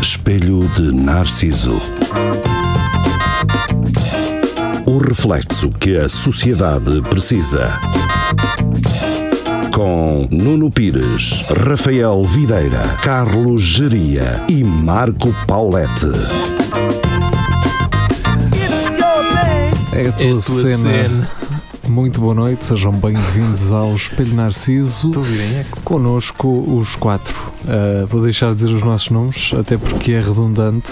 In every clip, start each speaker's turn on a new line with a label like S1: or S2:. S1: Espelho de Narciso. O reflexo que a sociedade precisa. Com Nuno Pires, Rafael Videira, Carlos Geria e Marco Paulette.
S2: É a tua, cena. Muito boa noite, sejam bem-vindos ao Espelho Narciso. Connosco os quatro. Ah, vou deixar de dizer os nossos nomes, até porque é redundante.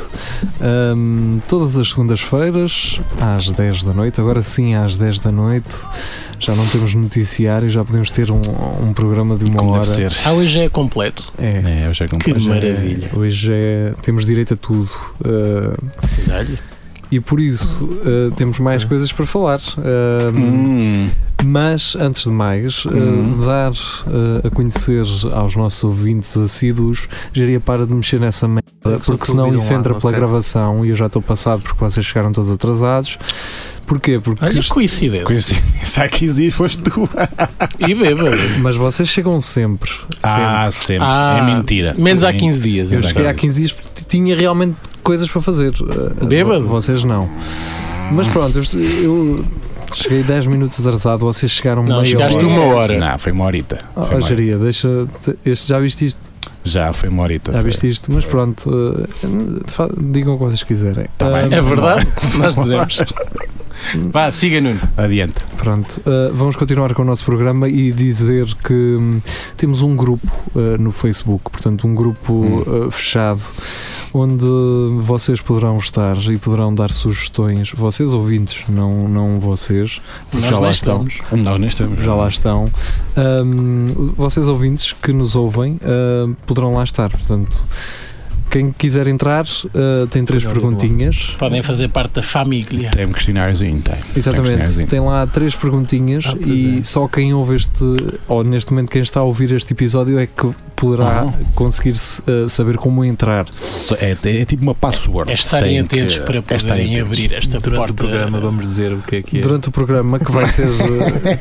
S2: Ahm, todas as segundas-feiras, às 10 da noite, agora sim às 10 da noite, já não temos noticiário, já podemos ter um, um programa de uma
S3: Como
S2: hora.
S3: deve ser.
S4: Ah, hoje é completo.
S2: É.
S3: É, eu já
S4: Que
S3: comprei.
S2: Hoje é-
S4: maravilha.
S2: hoje é. Temos direito a tudo. Ah, e por isso ah, temos mais coisas para falar. Ahm,
S3: É. Hum,
S2: Mas, antes de mais, eh,
S3: Uhum.
S2: dar eh, a conhecer aos nossos ouvintes assíduos, Jeria para de mexer nessa merda,
S5: Só
S2: porque
S5: que
S2: senão
S5: ouviram
S2: isso
S5: lá,
S2: entra pela
S5: ok.
S2: gravação e eu já estou passado porque vocês chegaram todos atrasados. Porquê? Porque
S4: Olha,
S2: isto-
S4: coincidência.
S3: coincidência. Há 15 dias foste tu.
S4: E bêbado.
S2: mas vocês chegam sempre.
S3: Ah, sempre.
S4: Ah,
S3: é mentira.
S4: Menos há
S3: Sim.
S4: 15 dias.
S2: sempre. Eu
S4: então.
S2: cheguei há 15 dias porque tinha realmente coisas para fazer. Eh,
S4: Bêbado?
S2: Vocês não. Mas pronto, eu, est- eu cheguei 10 minutos atrasado, vocês chegaram
S4: Não,
S2: meia
S4: chegaste
S2: hora.
S4: uma hora.
S3: Não, foi uma horita. Foi
S2: Oh,
S3: uma horita.
S2: Jeria, deixa. Este, já viste isto?
S3: Já, foi uma horita.
S2: Já
S3: foi.
S2: viste isto? Mas pronto, eh, fa- digam o que vocês quiserem.
S3: Tá
S2: Ah,
S3: bem.
S4: É verdade? Nós dizemos. Vá, siga Nuno.
S3: Adiante.
S2: Pronto, ah, vamos continuar com o nosso programa e dizer que hum, temos um grupo ah, no Facebook, portanto, um grupo
S3: Hum.
S2: ah, fechado, onde vocês poderão estar e poderão dar sugestões. Vocês ouvintes, não, não vocês, porque
S4: Nós
S2: já
S4: lá
S2: lá estão.
S4: estamos.
S3: Nós nem estamos.
S2: Já lá estão. Hum, vocês ouvintes que nos ouvem hum, poderão lá estar. Portanto, quem quiser entrar ah, tem três
S5: Cuidado, Eduardo.
S2: perguntinhas.
S4: Podem fazer parte da família.
S3: Tem um questionáriozinho, tem. Tem um
S2: Exatamente,
S3: questionáriozinho.
S2: tem lá três perguntinhas
S5: Ah, pois
S2: e
S5: é.
S2: só quem ouve este, ou neste momento quem está a ouvir este episódio é que poderá
S3: Ah.
S2: conseguir eh, saber como entrar.
S3: É, é tipo uma password.
S4: É estarem
S3: Tem
S4: atentos
S3: que-
S4: para
S3: é estarem
S4: poderem
S3: atentos.
S4: abrir esta
S5: Durante
S4: porta.
S5: o programa vamos dizer o que é que é.
S2: Durante o programa, que vai ser, eh,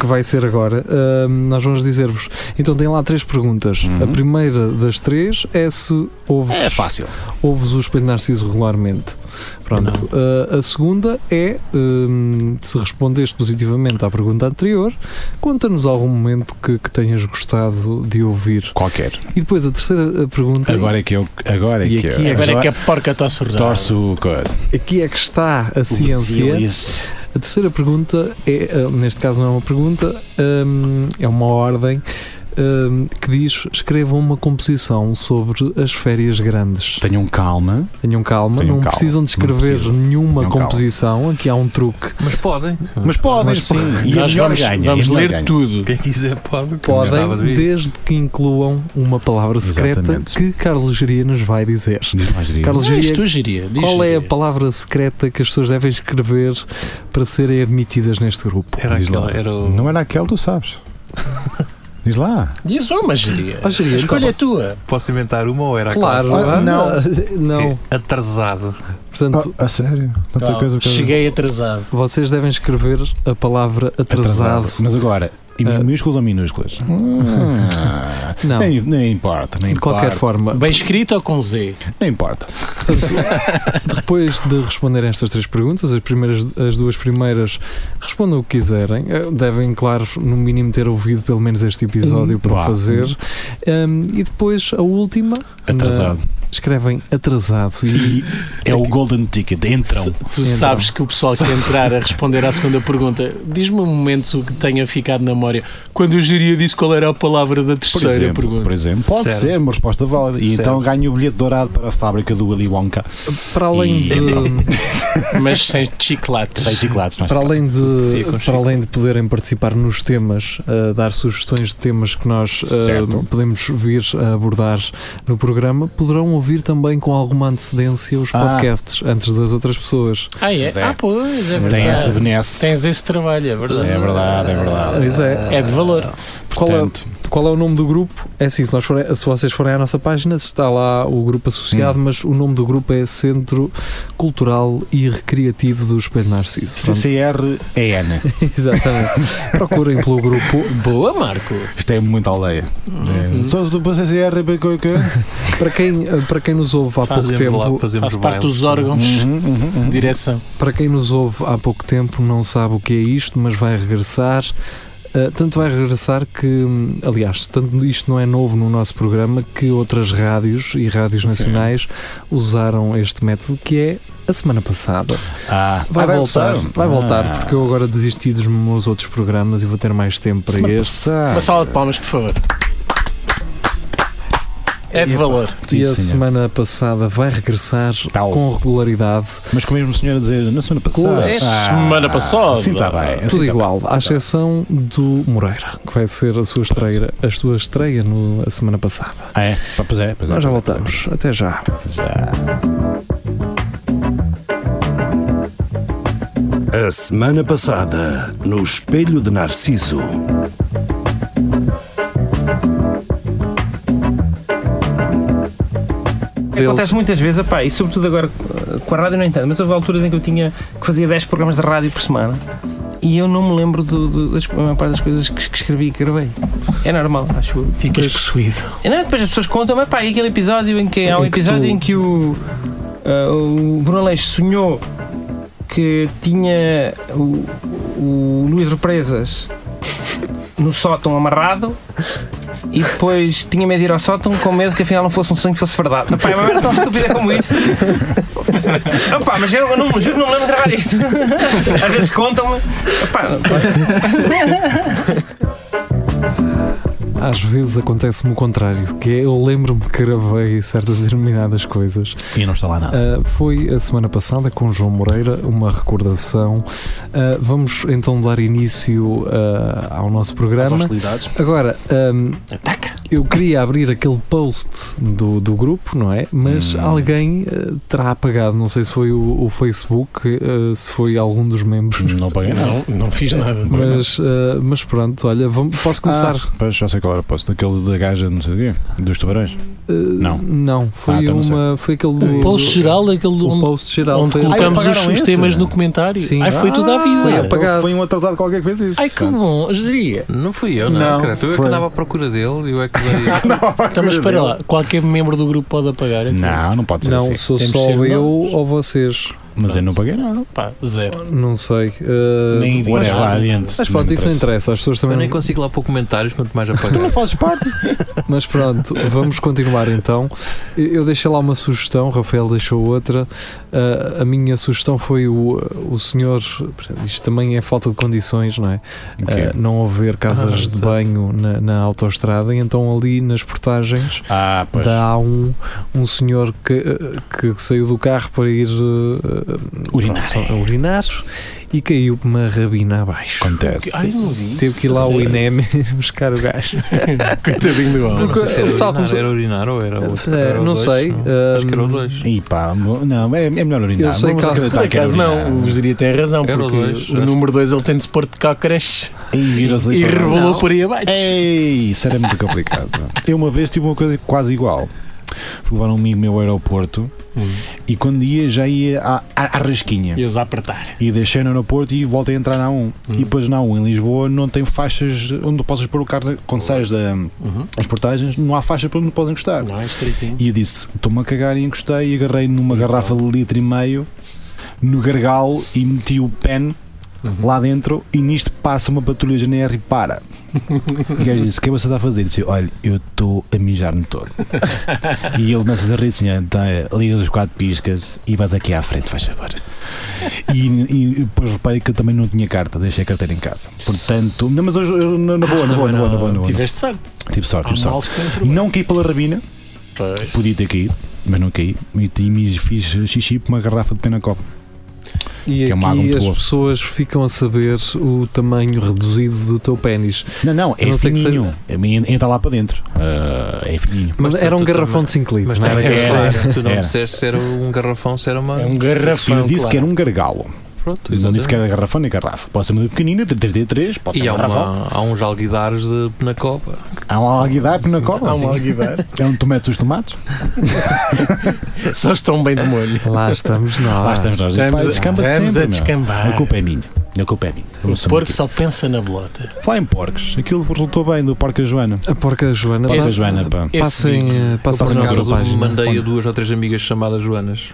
S2: que vai ser agora, eh, nós vamos dizer-vos. Então tem lá três perguntas.
S3: Uhum.
S2: A primeira das três é se ouves,
S3: É fácil.
S2: ouves o Espelho Narciso regularmente. Pronto. Eh, a segunda é hum, se respondeste positivamente à pergunta anterior, conta-nos algum momento que, que tenhas gostado de ouvir.
S3: Qualquer.
S2: E depois a terceira eh, pergunta.
S3: Agora é que eu. Agora é
S2: E
S3: que
S2: aqui
S3: eu.
S4: Agora é que a porca está a surrar.
S3: Torce o coisa.
S2: Aqui é que está a
S3: O
S2: ciência.
S3: Willis.
S2: A terceira pergunta é, eh, neste caso não é uma pergunta, hum, é uma ordem hum, que diz: escrevam uma composição sobre as férias grandes.
S3: Tenham calma.
S2: Tenham calma,
S3: Tenham
S2: não
S3: calma,
S2: precisam de
S3: não
S2: escrever
S3: precisam.
S2: nenhuma
S3: Tenham calma.
S2: composição. Aqui há um truque.
S5: Mas podem.
S3: Mas podem,
S2: Mas
S3: sim. E a
S4: Nós
S3: melhor
S4: vamos,
S3: ganha,
S4: vamos
S3: e a melhor
S4: ler
S3: ganha.
S4: tudo.
S5: Quem quiser pode. que eu gostava
S2: Podem,
S5: de ver isso.
S2: desde que incluam uma palavra secreta
S3: Exatamente.
S2: que Carlos Geria nos vai dizer.
S3: Diz mais, diria.
S2: Carlos
S4: Não,
S2: Geria,
S4: isto eu diria. Diz,
S2: qual é a
S4: diria.
S2: palavra secreta que as pessoas devem escrever para serem admitidas neste grupo?
S5: Era
S3: Diz lá.
S5: aquela. Era o.
S3: Não era aquele, tu sabes. Diz lá.
S4: Diz uma, Ah, Geria.
S2: Oh, Geria,
S4: Escolha a
S2: então
S4: tua.
S5: Posso inventar uma ou era
S2: Claro,
S5: aquela?
S3: Ah,
S2: não. não.
S5: então. É Atrasado.
S2: Portanto,
S3: Ah, a sério? Tanta
S4: Oh,
S3: coisa que eu-
S4: Cheguei atrasado.
S2: vocês devem escrever a palavra atrasado.
S3: Atrasado. Mas agora, em
S2: Ah.
S3: minúsculas ou minúsculas? Ah,
S2: Não,
S3: Nem, nem importa, nem
S2: de qualquer
S3: importa.
S2: forma.
S4: Bem escrito ou com Z?
S3: Nem importa.
S2: Depois de responderem estas três perguntas, as, primeiras, as duas primeiras respondam o que quiserem. Eh, Devem, claro, no mínimo ter ouvido pelo menos este episódio
S3: Hum,
S2: para
S3: vá.
S2: fazer. Um, e depois a última.
S3: Atrasado.
S2: na- escrevem atrasado. E,
S3: E é o Golden Ticket. Entram.
S4: Se- tu
S2: Entram.
S4: sabes que o pessoal que entrar a responder à segunda pergunta, diz-me um momento que tenha ficado na memória. Quando eu geria disse qual era a palavra da
S3: Por
S4: terceira
S3: exemplo,
S4: pergunta.
S3: por exemplo, pode
S5: Sério.
S3: ser uma resposta válida. E
S5: Sério.
S3: então ganho o bilhete dourado para a fábrica do Willy Wonka.
S2: para além
S3: E- então?
S2: de,
S4: Mas sem chiclete.
S3: Seis chiclates, não é?
S2: para além de,
S5: Fica com
S2: para
S5: chique.
S2: além de poderem participar nos temas, eh, dar sugestões de temas que nós eh,
S3: Certo.
S2: podemos vir a abordar no programa, poderão ouvir também com alguma antecedência os
S3: Ah.
S2: podcasts antes das outras pessoas.
S4: Ah, é?
S3: Pois é.
S4: Ah, pois, é verdade.
S3: Tem essa benesse.
S4: Tens esse trabalho, é verdade.
S3: É verdade, é verdade.
S2: Pois é.
S4: É de valor.
S2: Qual é-
S3: Portanto,
S2: Qual é o nome do grupo? É assim, se, nós forem- se vocês forem à nossa página, está lá o grupo
S3: Hum.
S2: associado, mas o nome do grupo é Centro Cultural e Recreativo do Espelho Narciso. Portanto,
S3: CCR-EN.
S2: Exatamente. Procurem pelo grupo.
S4: Boa, Marco.
S3: Isto é muito aldeia. É. Só se tu para CCR, para que- que-
S2: Para quem, eh, para quem nos ouve há pouco
S5: Fazemos lá,
S2: tempo,
S5: fazemos
S4: Faço parte
S5: baile.
S4: dos órgãos
S3: Uhum, uhum,
S4: de
S3: uhum.
S4: direção.
S2: para quem nos ouve há pouco tempo não sabe o que é isto, mas vai regressar. Ah, tanto vai regressar que, hum, aliás, tanto isto não é novo no nosso programa que outras rádios e rádios nacionais usaram este método que é a semana passada.
S3: Ah,
S2: Vai,
S3: ah,
S2: voltar,
S3: passar?
S2: vai voltar,
S3: Ah.
S2: porque eu agora desisti dos meus outros programas e vou ter mais tempo para
S3: Semana
S2: este.
S3: passada.
S4: Uma salva de palmas, por favor. É de
S2: Epa.
S4: valor.
S3: Sim,
S2: e a
S3: senhor.
S2: semana passada vai regressar
S3: Tal.
S2: com regularidade,
S3: Mas com o mesmo senhor a dizer, na semana passada.
S4: É semana passada.
S3: Sim, está bem. assim
S2: tudo
S3: tá
S2: igual,
S3: bem,
S2: à
S3: assim tá
S2: exceção do Moreira, que vai ser a sua estreia, a sua estreia no, a semana passada.
S3: bem. É, pá, pois é, pois é.
S2: Nós já
S3: pois é.
S2: voltamos, até já.
S1: A semana passada, no Espelho de Narciso.
S2: Eles-
S6: Acontece muitas vezes, epá, e sobretudo agora eh, com a rádio, não entendo, mas houve alturas em que eu tinha que fazia 10 programas de rádio por semana e eu não me lembro do, do, das, a maior parte das coisas que, que escrevi e que gravei. É normal, acho eu.
S4: Ficas
S6: Depois-
S4: possuído.
S6: E não, depois as pessoas contam, mas pá, e aquele episódio em que há um
S2: Em que
S6: episódio
S2: tu-
S6: em que o, ah, o Bruno Aleixo sonhou que tinha o, o Luís Represas no sótão amarrado e depois tinha medo de ir ao sótão com medo que afinal não fosse um sonho que fosse verdade. Epá, é uma merda tão estúpida como isso. Epá, mas eu, eu não, juro, não me lembro de gravar isto. Às vezes contam-me. Epá, é.
S2: Às vezes acontece-me o contrário, que é eu lembro-me que gravei certas determinadas coisas.
S3: E não está lá nada.
S2: Ah, foi a semana passada com o João Moreira, uma recordação. Ah, vamos então dar início ah, ao nosso
S3: As
S2: programa.
S3: hostilidades.
S2: Agora, ahm, eu queria abrir aquele post do, do grupo, não é? Mas
S3: Hum.
S2: alguém ah, terá apagado, não sei se foi o, o Facebook, ah, se foi algum dos membros.
S3: Não paguei nada.
S4: Não, não fiz nada.
S2: Mas, ah, mas pronto, olha, vamos- posso começar?
S3: Ah, pois já sei qual era o posto. Daquele da gaja, não sei o quê. Dos tubarões.
S2: Ah,
S3: não.
S2: Não,
S3: Ah,
S2: foi
S3: então não sei.
S2: uma. Foi aquele do.
S4: O Um post geral, aquele
S2: o
S4: onde,
S2: post geral
S4: onde
S2: foi-
S4: colocamos
S3: apagaram
S4: os, os
S3: esse? Ah,
S4: temas no comentário.
S2: Sim.
S4: Ai, foi tudo à
S2: Foi
S4: vida.
S2: apagado.
S3: Foi um atrasado qualquer que fez isso.
S4: Ai, que bom, geria.
S5: Não fui eu, não.
S3: Não,
S5: cara. Tu é que
S3: foi.
S5: andava à procura dele e eu é que dei.
S4: Então, mas espera lá, qualquer membro do grupo pode apagar. então.
S3: Não, não pode ser
S2: Não,
S3: assim.
S2: sou
S4: Temos de
S2: só
S4: ser nós.
S2: eu ou vocês?
S3: Mas eu não paguei nada.
S4: Pá, zero.
S2: Não sei. ah,
S4: Nem ideia.
S3: Whatever, lá adiante.
S2: mas pronto, isso não
S3: interessa.
S2: interessa, as pessoas
S5: Eu
S2: também
S5: nem consigo lá pôr comentários, quanto mais
S3: Tu não
S5: apagar.
S3: fazes parte?
S2: Mas pronto, vamos continuar então. Eu deixei lá uma sugestão, o Rafael deixou outra. Ah, a minha sugestão foi o, o senhor. Isto também é falta de condições, não é?
S3: O quê?
S2: Ah, não haver casas
S5: Ah,
S2: de
S5: exato.
S2: banho na, na autoestrada, e então ali nas portagens.
S3: Ah, pois.
S2: Dá um, um senhor que, que saiu do carro para ir ah,
S3: Urinar.
S2: só- a urinar e caiu uma rabina abaixo.
S3: Acontece.
S4: Ai, não vi.
S2: Teve que ir lá ao
S4: Sério?
S2: INEM buscar o gajo.
S4: Coitadinho do
S5: Não
S4: homem.
S5: sei se era
S2: o pessoal
S5: urinar,
S2: começou-
S5: era urinar ou era outro.
S2: É,
S5: Era o
S2: não
S5: dois,
S2: sei,
S5: Acho que era o
S2: hum,
S5: 2.
S3: E pá, não, é, é melhor urinar.
S2: Eu sei
S3: Vamos
S2: que há-
S4: Por
S3: acreditar Tá, que era um
S4: acaso não, o
S3: urinar.
S4: geria tem razão,
S5: Era o
S4: porque
S5: dois,
S4: o
S5: acho.
S4: número 2 ele tem de se pôr de cócaras
S3: E viras ali
S4: e
S3: para-
S4: rebolou por aí abaixo.
S3: É. Ei, isso era muito complicado. Eu uma vez tive uma coisa quase igual. Fui levar um amigo meu ao aeroporto
S4: Hum.
S3: e quando ia já ia à, à, à rasquinha.
S4: Ias a apertar.
S3: E deixei no aeroporto e voltei a entrar na A1. E depois na A1 em Lisboa não tem faixas onde possas pôr o carro quando sais da,
S4: Uhum.
S3: das portagens, não há faixa para onde podes encostar.
S4: Não, é estreitinho.
S3: E eu disse: estou-me a cagar e encostei e agarrei numa garrafa de litro e meio no gargalo e meti o pen
S4: Uhum.
S3: lá dentro e nisto passa uma patrulha GNR e para. O gajo disse: O que é que você está a fazer? Eu disse: Olha, eu estou a mijar-me todo. e ele começa a rir assim: então, é, ligas os quatro piscas e vais aqui à frente, faz favor. E, e depois reparei que eu também não tinha carta, deixei a carteira em casa. Portanto, não, mas hoje, hoje, na, na boa, na boa, na boa, na boa, na boa.
S4: Tiveste sorte.
S3: Tive sorte, tive
S4: Há males
S3: sorte.
S4: que não perdoam.
S3: Não caí pela rabina,
S4: Pois.
S3: Podia ter caído, mas não caí. E ti- fiz xixi por uma garrafa de pena cova.
S2: E
S3: Que é uma água
S2: aqui
S3: muito
S2: as
S3: boa.
S2: pessoas ficam a saber o tamanho reduzido do teu pênis.
S3: Não, não, é
S2: Eu não sei que
S3: fininho. A mim Entra lá para dentro. Ah, é fininho.
S2: Mas,
S5: Mas
S2: era
S5: tu-
S2: um
S5: tu
S2: garrafão
S5: também-
S2: de 5 litros,
S5: Mas
S2: não é?
S3: é
S5: também
S2: era?
S5: era,
S3: Era.
S5: tu não
S3: Era.
S5: disseste se era um garrafão, se era uma.
S4: É um
S3: Eu
S4: garrafão.
S3: disse
S4: claro.
S3: que era um gargalo.
S5: Pronto,
S3: Não
S5: exatamente.
S3: disse que era garrafão nem garrafa. Pode ser uma pequenina, 33, pode
S5: E
S4: é
S3: ser
S5: há,
S4: um
S3: uma garrafão.
S5: uma, há uns alguidares de Penacopa.
S3: Há um alguidar na cola.
S4: há um
S3: sim. É onde tu metes os tomates.
S4: Só estão bem de molho.
S2: Lá estamos nós.
S3: Lá estamos nós. Pá, descamba
S4: estamos
S3: sempre,
S4: a
S3: meu.
S4: descambar.
S3: A culpa é minha. A culpa é minha. Eu não
S4: O
S3: sou
S4: porco
S3: muito-
S4: só pensa na bolota.
S3: Fala em porcos. Aquilo resultou bem do porca Joana.
S2: A porca Joana.
S4: Porca
S2: passa-
S3: Joana, pá.
S4: Esse
S2: Passem,
S4: vinho.
S2: eh, passem
S5: Por
S2: na
S5: acaso
S2: nossa página.
S5: mandei a duas ou três amigas chamadas Joanas.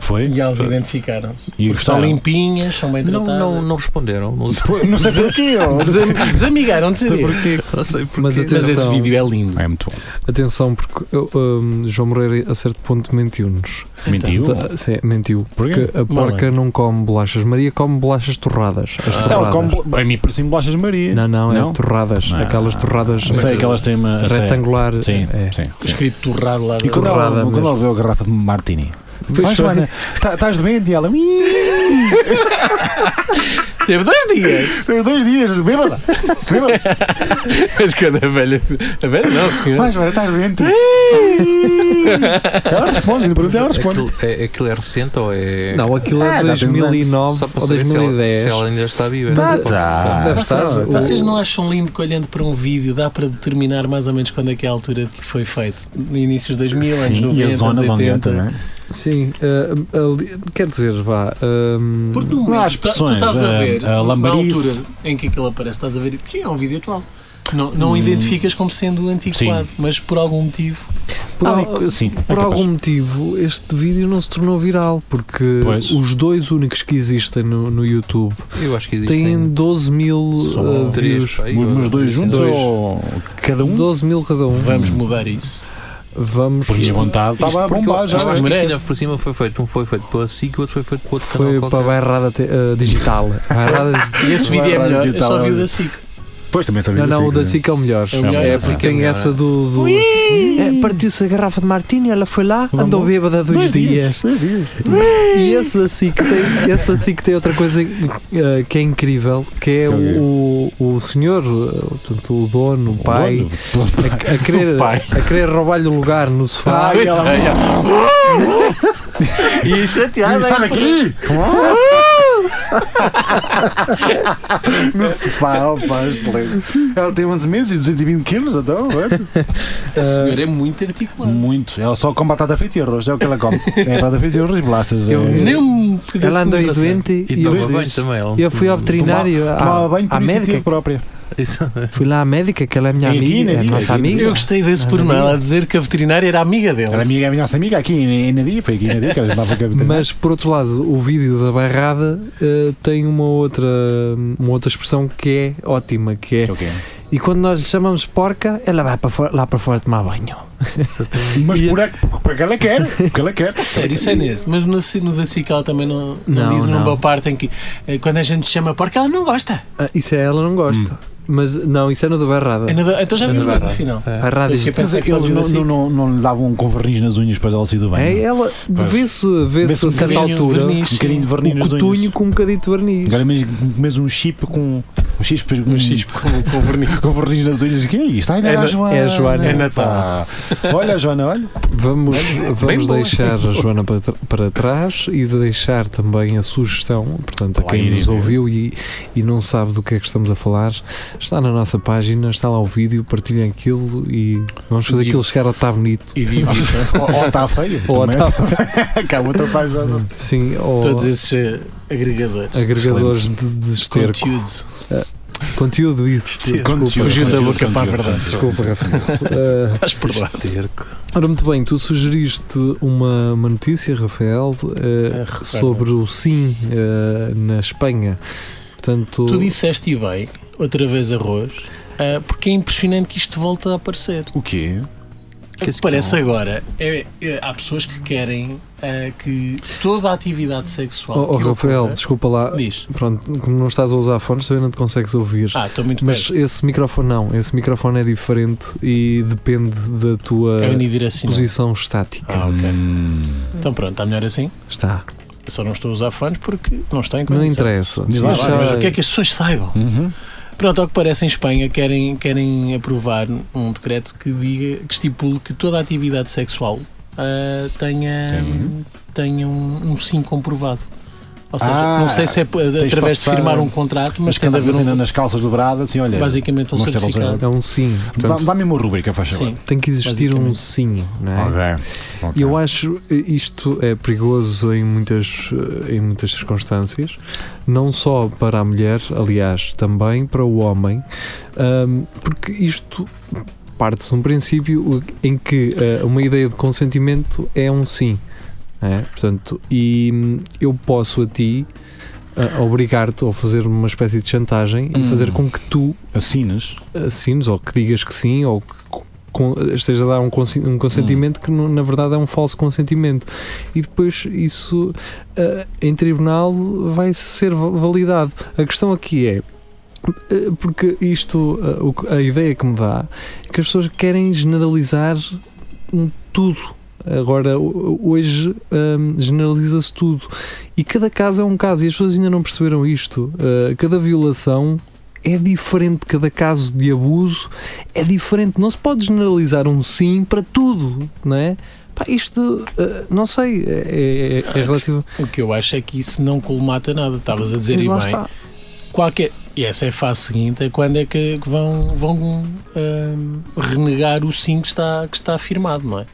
S3: Foi?
S4: E é- elas identificaram-se.
S3: E
S4: Porque Estão
S3: gostaram?
S4: limpinhas, são bem
S5: Não,
S4: tratadas.
S5: não, não responderam. Não sei,
S3: Pô, Não sei porquê. ó.
S4: Desam- Desamigaram-te. diria.
S5: não sei porquê.
S2: Mas atenção,
S4: é Mas esse vídeo é lindo.
S3: É muito bom.
S2: atenção, porque eu, um, João Moreira a certo ponto mentiu-nos.
S3: Mentiu?
S4: Então,
S2: Tá- sim, mentiu.
S3: Uh. Porquê? é.
S2: Porque a porca não come bolachas. Maria come bolachas torradas. As torradas.
S3: Ela come. bol- A mim parece bolachas de Maria.
S2: Não, não, é
S3: Ah. Não?
S2: torradas.
S3: Não.
S2: Aquelas torradas
S3: Eu sei que elas têm uma. eu sei.
S2: retangular.
S3: Sim,
S2: é.
S3: sim. sim.
S4: Escrito torrado lá
S3: E quando ela,
S2: torrada
S3: quando
S2: mesmo.
S3: ela bebeu a garrafa de Martini,
S2: Foi
S3: vai
S2: só-
S3: Joana, tá- estás doente? E ela,
S4: Teve dois dias.
S3: tens dois dias, bêbada, bêbada,
S4: Mas quando a é velha. A velha não,
S3: vai
S4: senhor.
S3: Joana, estás doente? ela responde, pergunta, ela responde.
S5: Aquilo é, aquilo é recente ou é.
S2: Não, aquilo
S3: Ah,
S2: é
S3: já tem uns anos.
S5: só
S2: 2009
S5: para
S2: ou
S5: saber se ela,
S2: 2010.
S5: se ela ainda está viva.
S3: Tá,
S2: eh,
S5: Não,
S3: tá.
S5: tá.
S2: Deve estar.
S3: Tá,
S2: O-
S3: tá.
S4: Vocês não acham lindo que olhando para um vídeo dá para determinar mais ou menos quando é que é a altura de que foi feito? No início dos 2000, anos 90,
S3: e a zona
S4: anos
S3: de onde é
S4: 80.
S3: também.
S2: Sim, ah, ali- quer dizer, vá. ah,
S4: Porque no
S3: Não há
S4: momento,
S3: expressões, é,
S4: tu estás a
S3: a-
S4: ver,
S3: a lambarice.
S4: na altura em que aquilo aparece, estás a ver, sim, é um vídeo atual. Não, não identificas como sendo antiquado, mas por algum motivo.
S2: por,
S3: Ah,
S2: al-
S3: sim, é
S2: por
S3: capaz.
S2: algum motivo, este vídeo não se tornou viral. Porque
S3: Pois.
S2: os dois únicos que existem no, no YouTube
S5: tá. Eu acho que
S2: têm
S5: existem
S2: 12 mil
S3: Só
S2: ah,
S5: três.
S2: views.
S5: pá,
S3: Mas mas dois
S5: eu-
S3: juntos
S2: Dois.
S3: ou cada um?
S2: 12 mil cada um.
S4: Vamos mudar isso.
S2: Vamos.
S3: Por minha vontade, estava a
S5: Porque
S3: bombar
S5: eu
S3: já.
S5: acho que
S4: Merece.
S5: isto ainda por cima foi feito. Um foi feito pela SIC, o outro foi feito pelo outro
S2: Foi
S5: canal.
S2: para a
S5: um qualquer.
S2: bairrada te- ah, digital. Bairrada
S4: E esse
S3: Vai
S4: vídeo é
S3: lá
S4: melhor, eu
S3: digital,
S4: só vi o
S3: olha.
S4: da SIC.
S3: Pois também sabia
S2: Não, não, o da SIC é o melhor.
S4: É o melhor,
S2: É
S4: é.
S2: porque
S5: É o
S2: tem
S5: melhor,
S2: essa
S5: é.
S2: do. do- É, Partiu-se a garrafa de Martini, ela foi lá,
S3: Vamos.
S2: andou bêbada dois, dias.
S3: Dois dias.
S2: E esse assim que tem, esse assim que tem outra coisa eh, que é incrível, que é
S3: Que é o quê?
S2: o, o, o senhor, eh, portanto, o dono, o pai, a, a querer,
S4: O pai.
S2: a querer roubar-lhe o lugar no sofá.
S3: Ai,
S5: Ah,
S3: ela-
S4: E chateada.
S3: Sai daqui! no sofá, opa, excelente. Ela tem 11 meses e 220 quilos, então, é?
S2: Ah,
S4: A senhora é muito articulada.
S3: Muito. Ela só come batata frita e arroz, é o que ela come. É batata frita e arroz e bolachas.
S2: Eu-
S3: é...
S4: Nem um pedaço
S2: Ela andou
S4: de graça.
S2: doente
S5: E
S2: e eu,
S5: estava bem
S3: dois.
S5: também. ela-
S2: eu fui ao veterinário, à-
S3: Tomava banho
S2: à
S3: por iniciativa
S2: médica,
S3: própria.
S5: Isso-
S2: fui lá à médica, que ela é minha
S3: Em Guiné,
S2: amiga, é
S3: Guiné,
S2: nossa
S3: Guiné.
S2: amiga.
S4: Eu gostei desse pormenor, ela a dizer que a veterinária era amiga dele.
S3: Era amiga, a minha nossa amiga aqui em em Nadia, foi aqui em Nadia que ela estava com a
S2: Mas por outro lado, o vídeo da barrada eh, tem uma outra, uma outra expressão que é ótima, que é
S3: Ok.
S2: e quando nós lhe chamamos porca, ela vai para fora- lá para fora tomar banho.
S3: Mas por é que- porque ela quer, porque ela quer.
S4: Sério, isso é nesse. Mas no, no da SIC ela também não, não,
S2: Não,
S4: diz
S2: não.
S4: numa parte em que eh, quando a gente chama porca, ela não gosta.
S2: Ah, isso é ela não gosta.
S3: Hum.
S2: Mas não, isso é no da barrada.
S4: É na do- então já vi no do final.
S2: Barrada
S4: Eu fiquei a
S2: digital.
S3: Mas
S4: pensar
S3: é que
S4: que só
S3: eles
S4: viu da
S3: não, não,
S4: SIC.
S3: não, não lhe davam um com verniz nas unhas depois ela sair do
S2: É,
S3: banho.
S2: ela
S3: Pois.
S2: vê-se vê
S3: Vê-se
S2: a
S3: um
S2: certa
S4: Verniz,
S2: altura
S4: verniz.
S3: Um bocadinho de verniz
S2: o
S3: nas
S2: cotunho
S3: unhas.
S2: com um bocadinho de verniz.
S3: Agora mesmo comes um chip com. Um chispo,
S4: Um chispo com, com verniz.
S3: Com verniz nas unhas. O que é isto? Ai, não,
S2: É
S3: a
S2: na-
S3: Joana.
S2: é a Joana.
S4: É Natal.
S3: Pá. Olha, Joana, olha.
S2: Vamos, vamos
S5: boa.
S2: deixar a Joana para, tr- para trás e deixar também a sugestão, portanto, a
S3: Lá
S2: quem
S3: irem
S2: nos
S3: ver.
S2: ouviu e, e não sabe do que é que estamos a falar, está na nossa página, está lá o vídeo, partilhem aquilo e vamos fazer
S4: E-
S2: aquilo chegar a estar bonito.
S4: E vivo isso.
S3: Ou está feia.
S2: Ou
S3: também.
S2: tá-
S3: Cá, outra faz Joana.
S2: sim, ou
S4: Todos esses eh, agregadores.
S2: agregadores de, de esterco.
S4: Conteúdo.
S2: Conteúdo, isso. Desculpa,
S4: Fugiu da
S3: conteúdo,
S4: boca para a
S3: conteúdo.
S4: verdade.
S2: desculpa Rafael. Ah,
S4: Estás perdoado.
S2: Ora, muito bem, tu sugeriste uma, uma notícia, Rafael, eh,
S4: Rafael.
S2: sobre o sim eh, na Espanha. Portanto,
S4: Tu disseste e bem, outra vez arroz, ah, porque é impressionante que isto volta a aparecer.
S3: O quê?
S4: O que parece agora é, é, há pessoas que querem ah, que toda a atividade sexual.
S2: oh, oh,
S4: que
S2: Rafael,
S4: ocorra-
S2: desculpa lá,
S4: Diz.
S2: pronto, como não estás a usar fones, também não te consegues ouvir.
S4: Ah, estou muito
S2: Mas
S4: Mas,
S2: esse microfone não, esse microfone é diferente e depende da tua
S4: É unidirecional.
S2: eh, posição estática.
S4: Ah, ok.
S3: Hum.
S4: Então pronto, está melhor assim.
S2: Está.
S4: Só não estou a usar fones porque não está em
S2: Não
S4: condições.
S2: interessa.
S3: Diz lá,
S2: Isso
S3: vai,
S2: já-
S4: Mas o que é que as pessoas saibam?
S3: Uhum.
S4: Pronto, ao que parece em Espanha querem, querem aprovar um decreto que diga, que estipule que toda a atividade sexual ah, tenha,
S3: Sim.
S4: tenha um, um sim comprovado. Ou seja,
S3: Ah,
S4: não sei se é p-
S3: tens
S4: através de
S3: passado-
S4: firmar um contrato, mas
S3: Mas
S4: cada
S3: cada
S4: vez
S3: ainda
S4: um,
S3: nas calças dobradas, assim, olha.
S4: basicamente um
S3: Mostra vocês
S4: certificado.
S2: É um sim.
S3: dá-
S2: Portanto,
S3: Dá-me uma rubrica, faz favor.
S4: Sim.
S2: tem que existir um
S4: basicamente.
S2: sim, não é?
S3: Ok. ok.
S2: E Eu acho eh, isto é perigoso em muitas, eh, em muitas circunstâncias, não só para a mulher, aliás, também para o homem, ahm, porque isto parte de um princípio em que eh, uma ideia de consentimento é um sim. não é? Portanto, e hum, eu posso a ti ah, obrigar-te ou fazer uma espécie de chantagem e
S3: Hum.
S2: fazer com que tu
S3: Assinas.
S2: assines ou que digas que sim ou que con- esteja a dar um, consen- um consentimento que no- na verdade é um falso consentimento e depois isso ah, em tribunal vai ser va- validado a questão aqui é ah, porque isto ah, o que- a ideia que me dá é que as pessoas querem generalizar hum, tudo agora ho- hoje hum, generaliza-se tudo e cada caso é um caso e as pessoas ainda não perceberam isto Ah, cada violação é diferente, cada caso de abuso é diferente. Não se pode generalizar um sim para tudo, não é? Pá, isto, eh, não sei, é, é, é relativo.
S4: O que eu acho é que isso não colmata nada. Estavas a dizer e
S2: lá
S4: bem.
S2: está.
S4: Qualquer... E essa é a fase seguinte, é quando é que que vão, vão hum, renegar o sim que está, que está firmado, não é?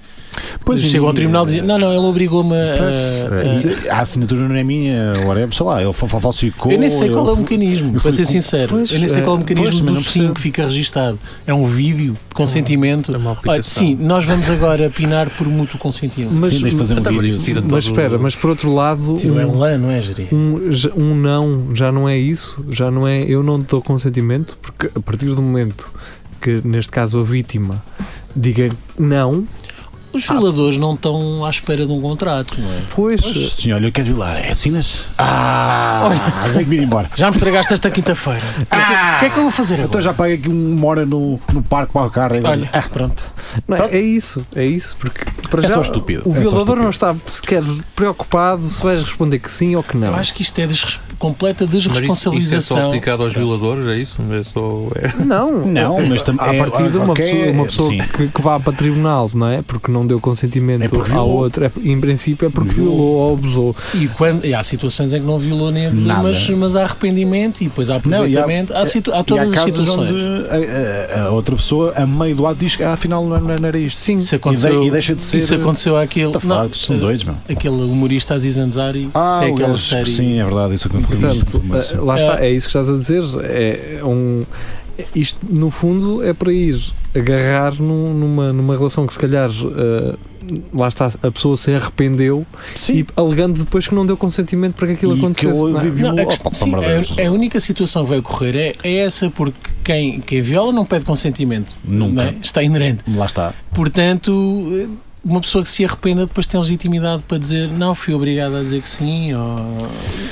S3: Pois,
S4: Chega ao
S3: e- eh,
S4: tribunal e dizem, não, não, ele obrigou-me a- a,
S3: Pois, eh, A assinatura não é minha, whatever, sei lá, ele fa- fa- falsificou.
S4: Eu nem sei qual é
S3: ele
S4: o mecanismo,
S3: eu
S4: para
S3: fui
S4: ser
S3: com-
S4: sincero.
S2: Pois,
S4: eu nem sei
S2: é,
S4: qual é o
S3: pois,
S4: mecanismo
S3: mas
S4: do
S3: não
S4: sim
S3: percebo.
S4: que fica registado. É um vídeo de consentimento.
S5: É uma
S4: Olha,
S5: aplicação.
S4: sim, nós vamos agora apinar por mútuo consentimento.
S2: Mas,
S3: Sim, deixa fazer um
S5: Então, mas
S3: vídeo.
S5: isso tira todo
S2: mas espera, mas por outro lado,
S4: Tio, é
S2: um-
S4: lã, não é, Jeri?
S2: um, já- um não já não é isso, já não é eu não te dou consentimento, porque a partir do momento que, neste caso, a vítima diga não,
S4: Os violadores não estão à espera de um contrato, não é?
S2: pois,
S3: Pois, Sim, olha, queres violar? É, assinas? Ah! Tem que me ir embora.
S4: Já me estragaste esta quinta-feira. O que é que- o que é que eu vou fazer agora?
S3: Então já paga aqui uma hora no, no parque para o carro. Ah, e-
S4: Olha, pronto.
S2: não é, é isso, é isso, porque para
S3: Tá. É
S2: já
S3: só estúpido.
S2: o
S3: é só
S2: violador
S3: estúpido.
S2: não está sequer preocupado se vais responder que sim ou que não.
S4: Eu acho que isto é desres- completa
S5: Mas isso, isso é só
S4: desresponsabilização.
S5: aplicado aos violadores, é isso? É só. é-
S2: Não,
S3: Não,
S2: é-
S3: mas tam-
S2: à
S3: é-
S2: partida uma
S3: ok, é,
S2: pessoa, uma pessoa
S3: sim.
S2: que, que vá para tribunal, não é? Porque não deu consentimento
S3: É porque
S2: ao
S3: violou.
S2: outro, é- em princípio é porque
S3: Violou.
S2: violou, ou abusou.
S4: E, quando, e há situações em que não violou nem abusou,
S3: Nada.
S4: mas, mas há arrependimento e depois há
S3: Não, e há-
S4: aproveitamento. há, situ- há
S3: E há
S4: todas as
S3: casos
S4: situações.
S3: onde a, a- a outra pessoa, a meio do ato, diz que ah, afinal não era- não era isto.
S2: Sim,
S4: Isso
S3: E,
S4: aconteceu,
S3: de- e deixa de ser. eh,
S4: isso aconteceu àquele.
S3: Tafados, são doidos, meu.
S4: aquele humorista Aziz Ansari
S3: Ah,
S4: tem
S3: o
S4: aquela
S3: gajo-
S4: série
S3: Sim, é verdade, isso aconteceu.
S2: portanto,
S3: Mas-
S2: eh, lá está, é isso que estás a dizer. É um, isto, no fundo, é para ir agarrar num- numa, numa relação que se calhar. eh, lá está, a pessoa se arrependeu
S3: Sim.
S2: e alegando depois que não deu consentimento para que aquilo
S3: E que
S2: acontecesse.
S3: ele
S2: não é?
S3: viveu-
S4: Não, a,
S3: Oh,
S4: questão-
S3: pá,
S4: sim,
S3: pelo amor de Deus.
S4: a- a única situação que vai ocorrer é, é essa porque quem, quem viola não pede consentimento
S3: Nunca.
S4: não é? está inerente
S3: Lá está.
S4: portanto eh, uma pessoa que se arrependa depois tem legitimidade para dizer não fui obrigado a dizer que sim ou...